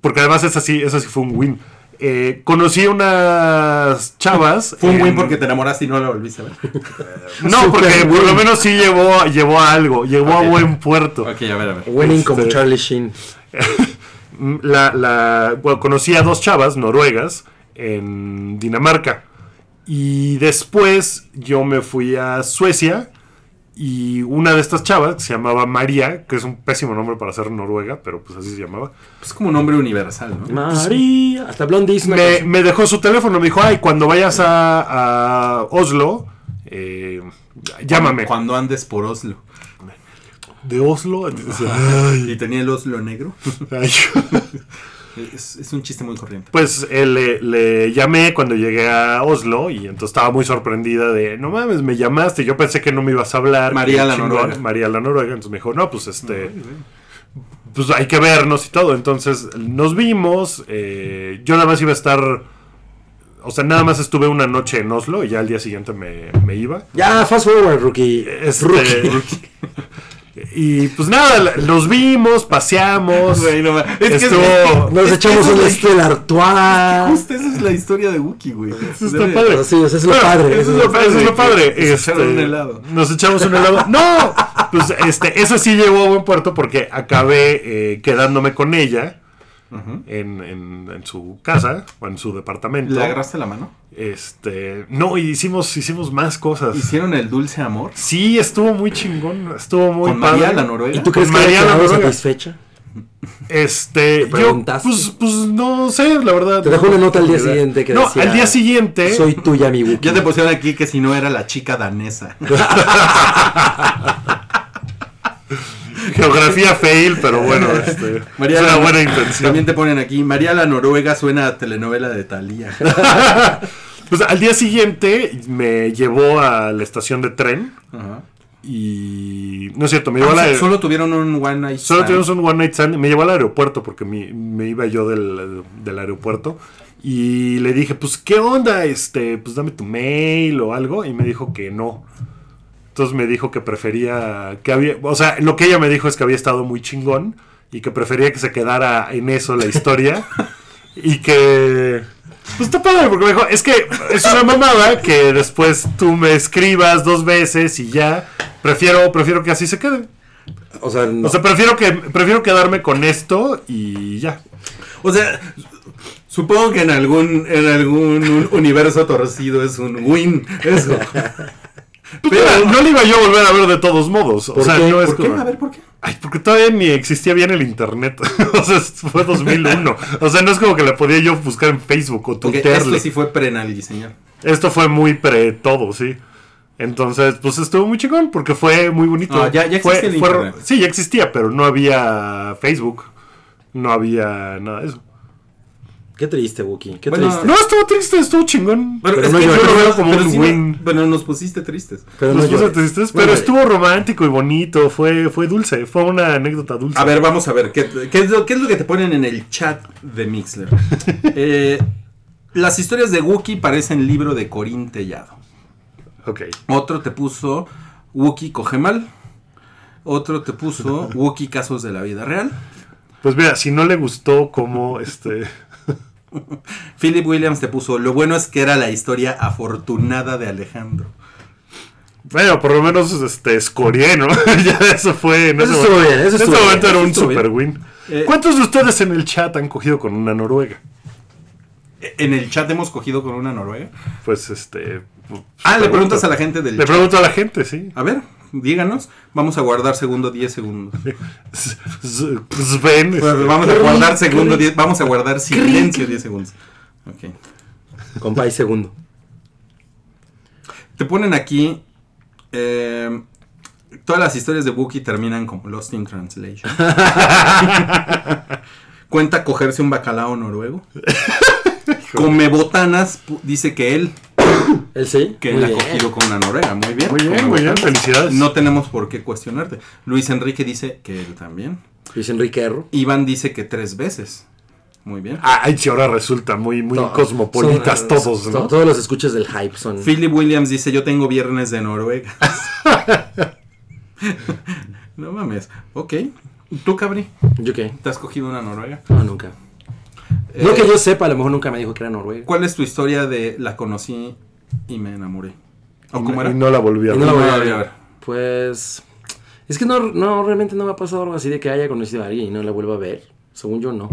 Speaker 3: porque además esa sí, esa sí fue un win. Eh, conocí unas chavas.
Speaker 4: Fue un
Speaker 3: en-
Speaker 4: win porque te enamoraste y no la volviste a ver.
Speaker 3: No, porque
Speaker 2: Super
Speaker 3: por lo
Speaker 2: win.
Speaker 3: menos sí llevó, llevó a algo, llevó
Speaker 4: Ok.
Speaker 3: a buen puerto.
Speaker 4: ok, a ver, a ver.
Speaker 2: Winning como
Speaker 3: Este-
Speaker 2: Charlie Sheen.
Speaker 3: Mm, la, la- bueno, conocí a dos chavas noruegas en Dinamarca. Y después yo me fui a Suecia y una de estas chavas que se llamaba María, que es un pésimo nombre para ser noruega, pero pues así se llamaba.
Speaker 4: Es como un hombre universal, ¿no?
Speaker 2: María. Hasta Blondie hizo una
Speaker 3: Me,
Speaker 2: canción.
Speaker 3: me dejó su teléfono, me dijo, ay, cuando vayas a, a Oslo, eh, llámame.
Speaker 4: Cuando andes por Oslo.
Speaker 3: de Oslo. Entonces, ay,
Speaker 4: Y tenía el Oslo negro.
Speaker 3: ay.
Speaker 4: Es, es un chiste muy corriente.
Speaker 3: Pues eh, le, le llamé cuando llegué a Oslo y entonces estaba muy sorprendida de, no mames, me llamaste, yo pensé que no me ibas a hablar.
Speaker 4: María
Speaker 3: qué
Speaker 4: la
Speaker 3: chingón".
Speaker 4: Noruega.
Speaker 3: María la Noruega, entonces me dijo, no, pues este, pues hay que vernos y todo. Entonces nos vimos, eh, yo nada más iba a estar, o sea, nada más estuve una noche en Oslo y ya al día siguiente me, me iba.
Speaker 2: Ya, fast forward, rookie.
Speaker 3: Este,
Speaker 2: Rookie.
Speaker 3: Y pues nada, la- nos vimos, paseamos.
Speaker 4: Güey, no ma- es que-
Speaker 3: estuvo-
Speaker 4: es que-
Speaker 2: Nos
Speaker 4: Es que
Speaker 2: echamos
Speaker 4: eso
Speaker 2: un
Speaker 4: es-
Speaker 2: Estela Artois.
Speaker 4: Justo esa es la historia de Wookiee, güey.
Speaker 3: Está padre.
Speaker 2: Sí, o sea, es lo
Speaker 3: Bueno,
Speaker 2: padre.
Speaker 3: Eso es lo padre. Eso es lo padre.
Speaker 4: Se echaron
Speaker 3: Este,
Speaker 4: un helado.
Speaker 3: Nos echamos un helado. ¡No! Pues este, eso sí llegó a buen puerto porque acabé eh, quedándome con ella en, en- en su casa o en su departamento.
Speaker 4: ¿Le agarraste la mano?
Speaker 3: Este. No, y hicimos, hicimos más cosas.
Speaker 4: ¿Hicieron el dulce amor?
Speaker 3: Sí, estuvo muy chingón. Estuvo muy
Speaker 4: Con
Speaker 3: padre.
Speaker 4: María la Noruega.
Speaker 2: ¿Y tú crees que
Speaker 3: Con
Speaker 2: haya
Speaker 3: Mariana
Speaker 2: quedado
Speaker 3: Noruega.
Speaker 2: satisfecha?
Speaker 3: Este, yo,
Speaker 2: preguntaste?
Speaker 3: pues, pues no sé, la verdad.
Speaker 2: Te dejó una nota al día
Speaker 3: No,
Speaker 2: siguiente que
Speaker 3: No,
Speaker 2: decía,
Speaker 3: al día siguiente.
Speaker 2: Soy tuya, mi Wookiee.
Speaker 4: Ya te pusieron aquí que si no era la chica danesa.
Speaker 3: Geografía fail, pero bueno, este.
Speaker 4: María
Speaker 3: es
Speaker 4: la-
Speaker 3: una buena intención.
Speaker 4: También te ponen aquí, María la Noruega suena a telenovela de Thalía.
Speaker 3: Pues al día siguiente me llevó a la estación de tren
Speaker 4: Ajá.
Speaker 3: y... No es cierto, me
Speaker 4: Ah,
Speaker 3: llevó
Speaker 4: o
Speaker 3: a la...
Speaker 4: sea, solo tuvieron un one night
Speaker 3: solo
Speaker 4: stand.
Speaker 3: tuvimos un one night stand. Me llevó al aeropuerto porque mi- me iba yo del, del aeropuerto. Y le dije, pues, ¿qué onda? Este, pues dame tu mail o algo. Y me dijo que no. Entonces me dijo que prefería... que había O sea, lo que ella me dijo es que había estado muy chingón. Y que prefería que se quedara en eso la historia. y que... Pues está padre, porque me dijo, es que es una mamada que después tú me escribas dos veces y ya. Prefiero, prefiero que así se quede.
Speaker 2: O sea, no.
Speaker 3: O sea, prefiero que prefiero quedarme con esto y ya.
Speaker 4: O sea, supongo que en algún, en algún un- universo torcido es un win. Eso.
Speaker 3: Pero no le iba yo a volver a ver de todos modos. O
Speaker 2: ¿Por
Speaker 3: sea,
Speaker 2: qué?
Speaker 3: no es
Speaker 5: ¿Por qué?
Speaker 3: como-
Speaker 5: A ver, ¿por qué?
Speaker 3: Ay, porque todavía ni existía bien el internet. o sea, fue 2001. o sea, no es como que la podía yo buscar en Facebook o
Speaker 4: Porque
Speaker 3: tutearle.
Speaker 4: esto sí fue prenal diseñar.
Speaker 3: Esto fue muy pre todo, sí. Entonces, pues estuvo muy chingón porque fue muy bonito.
Speaker 4: No, ya- ya
Speaker 3: Fue-
Speaker 4: existía el
Speaker 3: fue-
Speaker 4: internet.
Speaker 3: Sí, ya existía, pero no había Facebook. No había nada de eso.
Speaker 2: Qué triste, Wookiee. Qué
Speaker 4: Bueno,
Speaker 2: triste.
Speaker 3: No, estuvo triste, estuvo chingón.
Speaker 2: Pero no lloré.
Speaker 3: yo lo veo como
Speaker 4: pero
Speaker 3: un
Speaker 4: sí
Speaker 3: win.
Speaker 4: no- pero nos pusiste tristes.
Speaker 2: Pero
Speaker 3: Nos
Speaker 2: no
Speaker 3: puso
Speaker 2: llores.
Speaker 3: tristes,
Speaker 2: Bueno,
Speaker 3: pues, pero estuvo romántico y bonito, fue, fue dulce, fue una anécdota dulce.
Speaker 4: A ver, vamos a ver, ¿qué, qué es, lo, qué es lo que te ponen en el chat de Mixler? Eh, las historias de Wookiee parecen libro de Corín Tellado.
Speaker 3: Ok.
Speaker 4: Otro te puso Wookiee coge mal. Otro te puso Wookiee casos de la vida real.
Speaker 3: Pues mira, si no le gustó como este...
Speaker 4: Philip Williams te puso lo bueno es que era la historia afortunada de Alejandro.
Speaker 3: Bueno, por lo menos este, escorié, ¿no? ya eso fue... En
Speaker 2: Eso
Speaker 3: ese
Speaker 2: estuvo
Speaker 3: momento-
Speaker 2: bien, eso
Speaker 3: en
Speaker 2: estuvo
Speaker 3: ese
Speaker 2: bien,
Speaker 3: momento
Speaker 2: eso
Speaker 3: era un
Speaker 2: estuvo
Speaker 3: super
Speaker 2: bien.
Speaker 3: win.
Speaker 4: Eh,
Speaker 3: ¿Cuántos de ustedes en el chat han cogido con una noruega?
Speaker 4: E, En el chat hemos cogido con una noruega.
Speaker 3: Pues este... pues,
Speaker 4: Ah, le
Speaker 3: pregunto.
Speaker 4: preguntas a la gente del
Speaker 3: Le
Speaker 4: chat.
Speaker 3: pregunto a la gente, sí.
Speaker 4: A ver, díganos. Vamos a guardar segundo 10 segundos.
Speaker 3: S- s- Sven...
Speaker 4: Pues
Speaker 3: este,
Speaker 4: vamos a guardar segundo 10, vamos a guardar silencio 10 segundos. Ok.
Speaker 2: Compay segundo.
Speaker 4: Te ponen aquí eh, todas las historias de Wookiee terminan como Lost in Translation. Cuenta cogerse un bacalao noruego. Come botanas pu- dice que él,
Speaker 2: ¿Él sí?
Speaker 4: que
Speaker 2: Muy
Speaker 4: él ha
Speaker 2: bien.
Speaker 4: cogido con una noruega. Muy bien.
Speaker 3: Muy bien,
Speaker 4: come
Speaker 3: muy bien,
Speaker 4: botanas.
Speaker 3: felicidades.
Speaker 4: No tenemos por qué cuestionarte. Luis Enrique dice que él también.
Speaker 2: Luis Enrique Erro.
Speaker 4: Iván dice que tres veces. Muy bien.
Speaker 3: Ah, Ay, si ahora resulta muy, muy
Speaker 2: No,
Speaker 3: cosmopolitas
Speaker 2: son-
Speaker 3: todos,
Speaker 2: son-
Speaker 3: ¿no?
Speaker 2: Todos los escuches del hype son.
Speaker 4: Philip Williams dice, yo tengo viernes de Noruega. no mames. Ok. ¿Tú, Cabri?
Speaker 2: ¿Yo qué?
Speaker 4: ¿Te has cogido una Noruega?
Speaker 2: No, nunca.
Speaker 4: Eh,
Speaker 2: No que yo sepa, a lo mejor nunca me dijo que era noruego.
Speaker 4: ¿Cuál es tu historia de la conocí y me enamoré? ¿O cómo era?
Speaker 3: Y no la volví a
Speaker 2: Y no
Speaker 3: ver.
Speaker 2: la
Speaker 4: no
Speaker 2: voy
Speaker 4: la
Speaker 2: a
Speaker 4: voy a
Speaker 2: ver.
Speaker 4: ver.
Speaker 2: Pues. Es que no, no, realmente no me ha pasado algo así de que haya conocido a alguien y no la vuelva a ver. Según yo, no.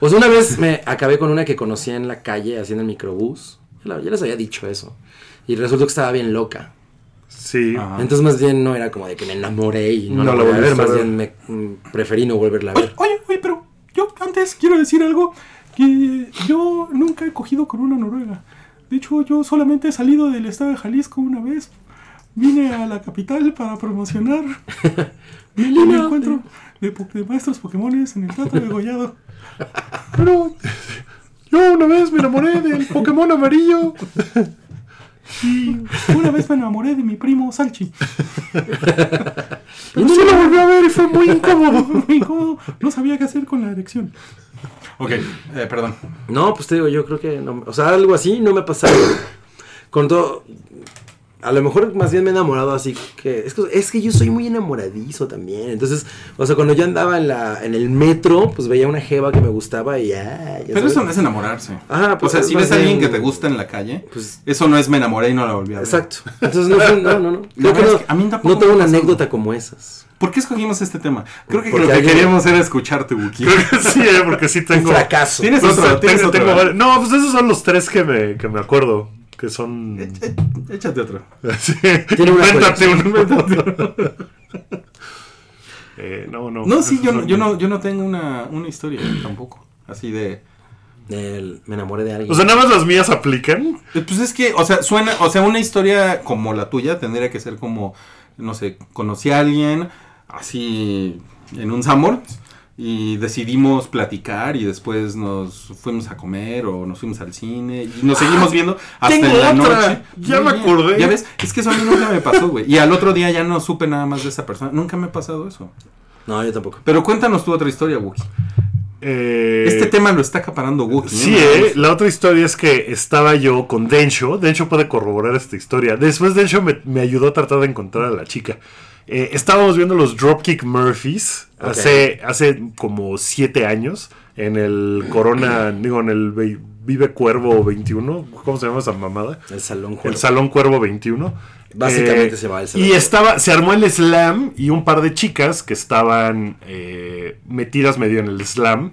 Speaker 2: O sea, una vez me acabé con una que conocí en la calle, haciendo el microbús. Ya, la- ya les había dicho eso. Y resultó que estaba bien loca.
Speaker 3: Sí.
Speaker 4: Ajá.
Speaker 2: Entonces, más bien no era como de que me enamoré y no,
Speaker 3: Ah. No
Speaker 2: la
Speaker 3: la
Speaker 2: volví a ver.
Speaker 3: volviste a
Speaker 2: Más
Speaker 3: ver.
Speaker 2: bien me mm, preferí no volverla a
Speaker 5: Oye,
Speaker 2: ver.
Speaker 5: oye, oye, pero yo antes quiero decir algo que yo nunca he cogido con una noruega. De hecho, yo solamente he salido del estado de Jalisco una vez Vine a la capital para promocionar mi mi encuentro de, po- de maestros Pokémones en el Teatro de Gollado.
Speaker 3: Pero yo una vez me enamoré del Pokémon amarillo.
Speaker 5: Y una vez me enamoré de mi primo Salchi.
Speaker 3: Y no se lo volvió a ver y fue muy incómodo.
Speaker 5: Muy
Speaker 4: "Oh,
Speaker 5: incómodo, no sabía qué hacer con la erección.
Speaker 4: Ok, eh, perdón.
Speaker 2: No, pues te digo, yo creo que no. O sea, algo así no me ha pasado. Con todo. A lo mejor más bien me he enamorado así que es, que. es que yo soy muy enamoradizo también. Entonces, o sea, cuando yo andaba en la en el metro, pues veía una jeva que me gustaba y ah, ya. ya
Speaker 4: Pero
Speaker 2: sabes.
Speaker 4: eso no es enamorarse.
Speaker 2: Ajá, pues,
Speaker 4: o sea,
Speaker 2: es
Speaker 4: si
Speaker 2: más
Speaker 4: ves a alguien que
Speaker 2: bien-
Speaker 4: te gusta en la calle,
Speaker 2: Pues-
Speaker 4: eso no es me enamoré y no la volví a ver.
Speaker 2: Exacto. Entonces, no, fue- no, no. no. Creo que
Speaker 4: verdad
Speaker 2: no,
Speaker 4: es que a mí tampoco
Speaker 2: no tengo
Speaker 4: me
Speaker 2: una
Speaker 4: ha pasado.
Speaker 2: anécdota como esas.
Speaker 4: ¿Por qué escogimos este tema? Creo que
Speaker 2: Porque
Speaker 4: lo que
Speaker 2: alguien-
Speaker 4: queríamos era escucharte, Wookie.
Speaker 3: Creo que sí, eh, porque sí tengo.
Speaker 2: Fracaso.
Speaker 4: Tienes
Speaker 3: Pues,
Speaker 4: otro,
Speaker 3: tengo-
Speaker 4: tienes otro.
Speaker 3: tengo varios- No, pues esos son los tres que me, que me acuerdo. Que son.
Speaker 4: Eh, Échate otro.
Speaker 3: Sí.
Speaker 2: Tiene una
Speaker 3: Invéntate uno, invéntate uno. Eh, no, no.
Speaker 4: No, sí,
Speaker 3: esos
Speaker 4: yo,
Speaker 3: son-
Speaker 4: no- yo, no, yo no tengo una, una historia tampoco. Así de.
Speaker 2: El- me enamoré de alguien.
Speaker 3: O sea, nada más las mías aplican.
Speaker 4: Eh, Pues es que, o sea, suena, o sea, una historia como la tuya tendría que ser como, no sé, conocí a alguien así en un Samor y decidimos platicar y después nos fuimos a comer o nos fuimos al cine y nos seguimos viendo hasta
Speaker 3: tengo
Speaker 4: en la
Speaker 3: otra.
Speaker 4: noche.
Speaker 3: Ya
Speaker 4: Muy
Speaker 3: me
Speaker 4: bien.
Speaker 3: acordé.
Speaker 4: Ya ves, es que eso a mí nunca me pasó, güey. Y al otro día ya no supe nada más de esa persona. Nunca me ha pasado eso.
Speaker 2: no, yo tampoco.
Speaker 4: Pero cuéntanos tu otra historia, Wookie.
Speaker 3: Eh,
Speaker 4: este tema lo está acaparando Wookie.
Speaker 3: Sí, eh. La otra historia es que estaba yo con Densho. Densho puede corroborar esta historia. Después Densho me, me ayudó a tratar de encontrar a la chica. Eh, estábamos viendo los Dropkick Murphys
Speaker 2: Ok.
Speaker 3: hace, hace como siete años en el Corona, digo, en el Ve- Vive Cuervo 21. ¿Cómo se llama esa mamada?
Speaker 2: El salón juego.
Speaker 3: El Salón Cuervo 21.
Speaker 2: Básicamente
Speaker 3: Eh,
Speaker 2: se va el salón.
Speaker 3: Y estaba, se armó el slam y un par de chicas que estaban eh, metidas medio en el slam.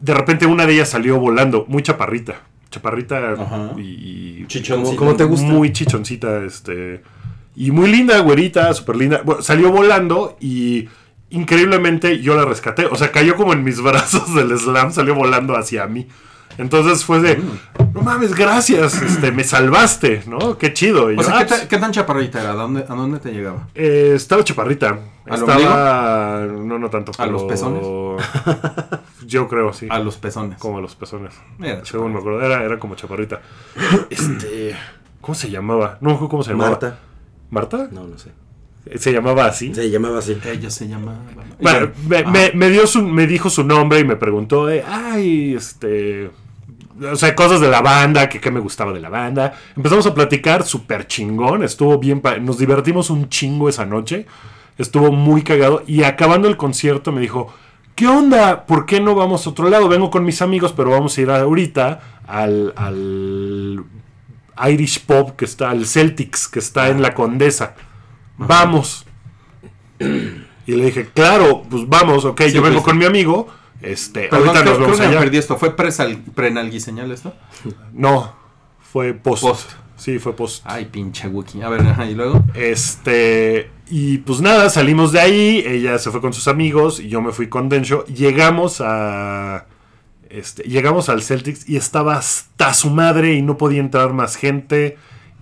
Speaker 3: De repente una de ellas salió volando, muy chaparrita. Chaparrita
Speaker 4: Ajá.
Speaker 3: y, y
Speaker 2: Como, como te gusta.
Speaker 3: muy chichoncita, este. Y muy linda, güerita, súper linda. Bueno, salió volando y increíblemente yo la rescaté. O sea, cayó como en mis brazos del slam, salió volando hacia mí. Entonces fue de,
Speaker 4: Mm.
Speaker 3: no mames, gracias, este, me salvaste, ¿no? Qué chido. Y
Speaker 4: O
Speaker 3: yo,
Speaker 4: sea,
Speaker 3: "Ah,
Speaker 4: ¿qué,
Speaker 3: pues,
Speaker 4: ta- qué tan chaparrita era? ¿A dónde, a dónde te llegaba?
Speaker 3: eh, estaba chaparrita.
Speaker 4: ¿Al
Speaker 3: Estaba. No, no tanto.
Speaker 4: ¿A los pezones?
Speaker 3: Yo creo, sí.
Speaker 4: A los pezones.
Speaker 3: Como a los pezones.
Speaker 4: Era
Speaker 3: Según me acuerdo. Era, era como chaparrita. Este. ¿Cómo se llamaba? No, me acuerdo ¿cómo se llamaba?
Speaker 2: Marta.
Speaker 3: ¿Marta?
Speaker 2: No, no sé.
Speaker 3: Se llamaba así.
Speaker 2: Se llamaba así.
Speaker 4: Ella se llama.
Speaker 3: Bueno, me, me- me dio su- me dijo su nombre y me preguntó, eh, ay, este... O sea, cosas de la banda, que qué me gustaba de la banda. Empezamos a platicar súper chingón, estuvo bien, pa- nos divertimos un chingo esa noche, estuvo muy cagado y acabando el concierto me dijo, ¿qué onda? ¿Por qué no vamos a otro lado? Vengo con mis amigos, pero vamos a ir ahorita al, al Irish Pop que está, al Celtics que está en la Condesa. Vamos. Y le dije, claro, pues vamos, ok, yo vengo
Speaker 4: fuiste.
Speaker 3: con mi amigo. Este,
Speaker 4: Perdón,
Speaker 3: ahorita
Speaker 4: creo,
Speaker 3: nos vemos
Speaker 4: creo que me
Speaker 3: allá.
Speaker 4: perdí esto. ¿Fue presal- prenalguiseñal esto?
Speaker 3: No, fue post.
Speaker 4: Post.
Speaker 3: Sí, fue post.
Speaker 4: Ay, pinche Wookie. A ver, ajá, y luego.
Speaker 3: Este, y pues nada, salimos de ahí, ella se fue con sus amigos y yo me fui con Densho. Llegamos a este, llegamos al Celtics y estaba hasta su madre y no podía entrar más gente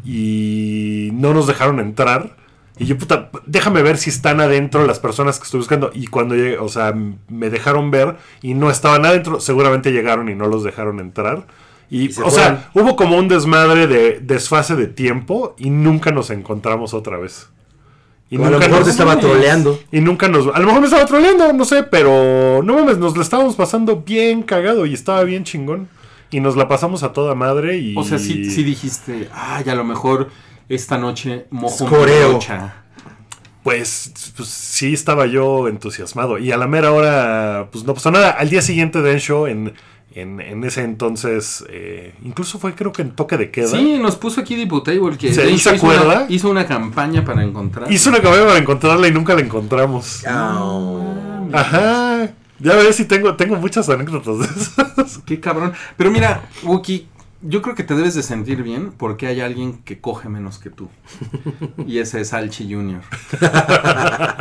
Speaker 3: y no nos dejaron entrar. Y yo, puta, déjame ver si están adentro las personas que estoy buscando. Y cuando llegué, o sea, m- me dejaron ver y no estaban adentro, seguramente llegaron y no los dejaron entrar. Y,
Speaker 2: Y se
Speaker 3: o sea, hubo como un desmadre de desfase de tiempo y nunca nos encontramos otra vez. Y
Speaker 2: O a lo mejor te estaba troleando.
Speaker 3: y nunca nos. A lo mejor me estaba troleando, no sé, pero no mames, nos la estábamos pasando bien cagado y estaba bien chingón. Y nos la pasamos a toda madre y.
Speaker 4: O sea, sí, sí dijiste, ay, a lo mejor esta noche mojo mi
Speaker 2: Escoreo.
Speaker 4: brocha".
Speaker 3: Pues, pues, sí estaba yo entusiasmado. Y a la mera hora, pues no pasó nada. Al día siguiente de show, en, en, en ese entonces, eh, incluso fue creo que en toque de queda.
Speaker 4: Sí, nos puso aquí Diputable que
Speaker 3: ¿Se-
Speaker 4: de
Speaker 3: se
Speaker 4: hecho, hizo, una,
Speaker 3: acuerda?
Speaker 4: hizo una campaña para encontrar.
Speaker 3: Hizo una campaña para encontrarla y nunca la encontramos.
Speaker 4: Ah.
Speaker 2: Oh.
Speaker 3: Ajá. Ya ves, sí tengo, tengo muchas anécdotas de esas.
Speaker 4: Qué cabrón. Pero mira, Wookie, yo creo que te debes de sentir bien porque hay alguien que coge menos que tú. Y ese es Salchi Jr.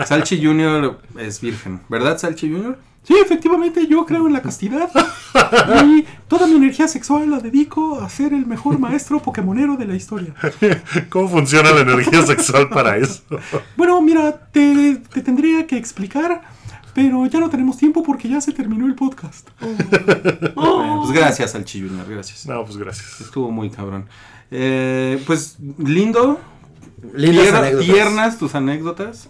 Speaker 4: Salchi Jr. es virgen, ¿verdad, Salchi Jr.?
Speaker 5: Sí, efectivamente, yo creo en la castidad. Y toda mi energía sexual la dedico a ser el mejor maestro pokemonero de la historia.
Speaker 3: ¿Cómo funciona la energía sexual para eso?
Speaker 5: Bueno, mira, te, te tendría que explicar, pero ya no tenemos tiempo porque ya se terminó el podcast.
Speaker 4: Bueno, pues gracias al Chiyunar, gracias.
Speaker 3: No, pues gracias.
Speaker 4: Estuvo muy cabrón. Eh, pues lindo.
Speaker 2: Lindas
Speaker 4: Tier-
Speaker 2: anécdotas.
Speaker 4: Tiernas tus anécdotas.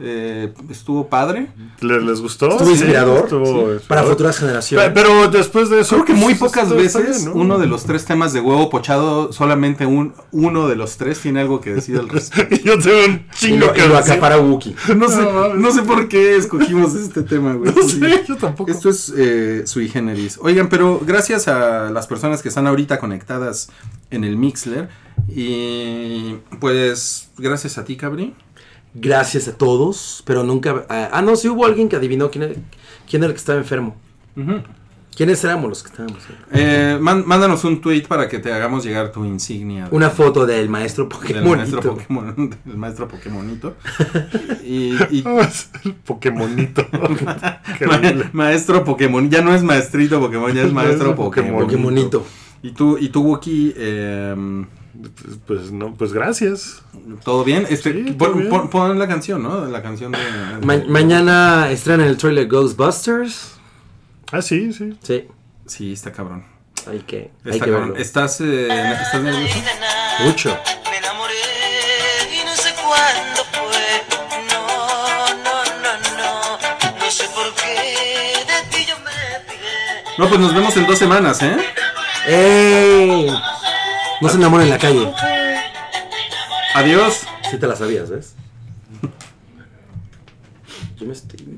Speaker 4: Eh, estuvo padre.
Speaker 3: ¿Le- ¿Les gustó?
Speaker 2: Estuvo inspirador,
Speaker 3: estuvo inspirador.
Speaker 2: Para futuras
Speaker 3: Pe-
Speaker 2: generaciones.
Speaker 3: Pero después de eso.
Speaker 4: Creo que muy
Speaker 3: pues,
Speaker 4: pocas
Speaker 3: está- está
Speaker 4: veces
Speaker 3: bien, ¿no?
Speaker 4: uno de los tres temas de huevo pochado, solamente un, uno de los tres tiene algo que decir al respecto.
Speaker 3: Yo tengo un
Speaker 2: y
Speaker 3: chingo
Speaker 2: lo, y
Speaker 3: que
Speaker 2: lo
Speaker 3: decir.
Speaker 2: acapara Wookie.
Speaker 4: No sé, no sé por qué escogimos este tema, güey.
Speaker 3: No sé, yo tampoco.
Speaker 4: Esto es eh, sui generis. Oigan, pero gracias a las personas que están ahorita conectadas en el Mixler. Y pues gracias a ti, Cabri.
Speaker 2: Gracias a todos, pero nunca. ah, ah, no, sí hubo alguien que adivinó quién era, quién era el que estaba enfermo. ¿Quiénes éramos los que estábamos? enfermos?
Speaker 4: Eh, man- mándanos un tweet para que te hagamos llegar tu insignia. de-
Speaker 2: Una foto del maestro
Speaker 4: del
Speaker 2: Pokémon.
Speaker 4: maestro Pokémon, del maestro Pokémonito. Y, y-
Speaker 3: El Pokémonito. Qué
Speaker 4: ma-
Speaker 3: horrible.
Speaker 4: maestro Pokémon, ya no es maestrito Pokémon, ya es maestro Pokémon.
Speaker 2: Pokémonito.
Speaker 4: Y tú, y tú, Wookie, eh,
Speaker 3: Pues- Pues no, pues gracias.
Speaker 4: ¿Todo bien? Este,
Speaker 3: Sí,
Speaker 4: pon,
Speaker 3: todo bien.
Speaker 4: pon- pon la canción, ¿no? La canción de...
Speaker 2: Ma- mañana estrenan el trailer Ghostbusters.
Speaker 3: Ah, sí, sí.
Speaker 2: Sí,
Speaker 4: Sí, está cabrón.
Speaker 2: hay que, hay
Speaker 4: Está
Speaker 2: que
Speaker 4: cabrón.
Speaker 2: verlo.
Speaker 4: ¿Estás, eh, ¿Estás nervioso?
Speaker 2: Mucho.
Speaker 6: Me enamoré y no sé cuándo fue. No, no, no, no. No sé por qué de ti yo me pegué.
Speaker 4: No, pues nos vemos en dos semanas, ¿eh?
Speaker 2: ¡Ey! No se enamoren en la calle.
Speaker 4: Adiós.
Speaker 2: Sí te la sabías, ¿ves? Yo me estoy...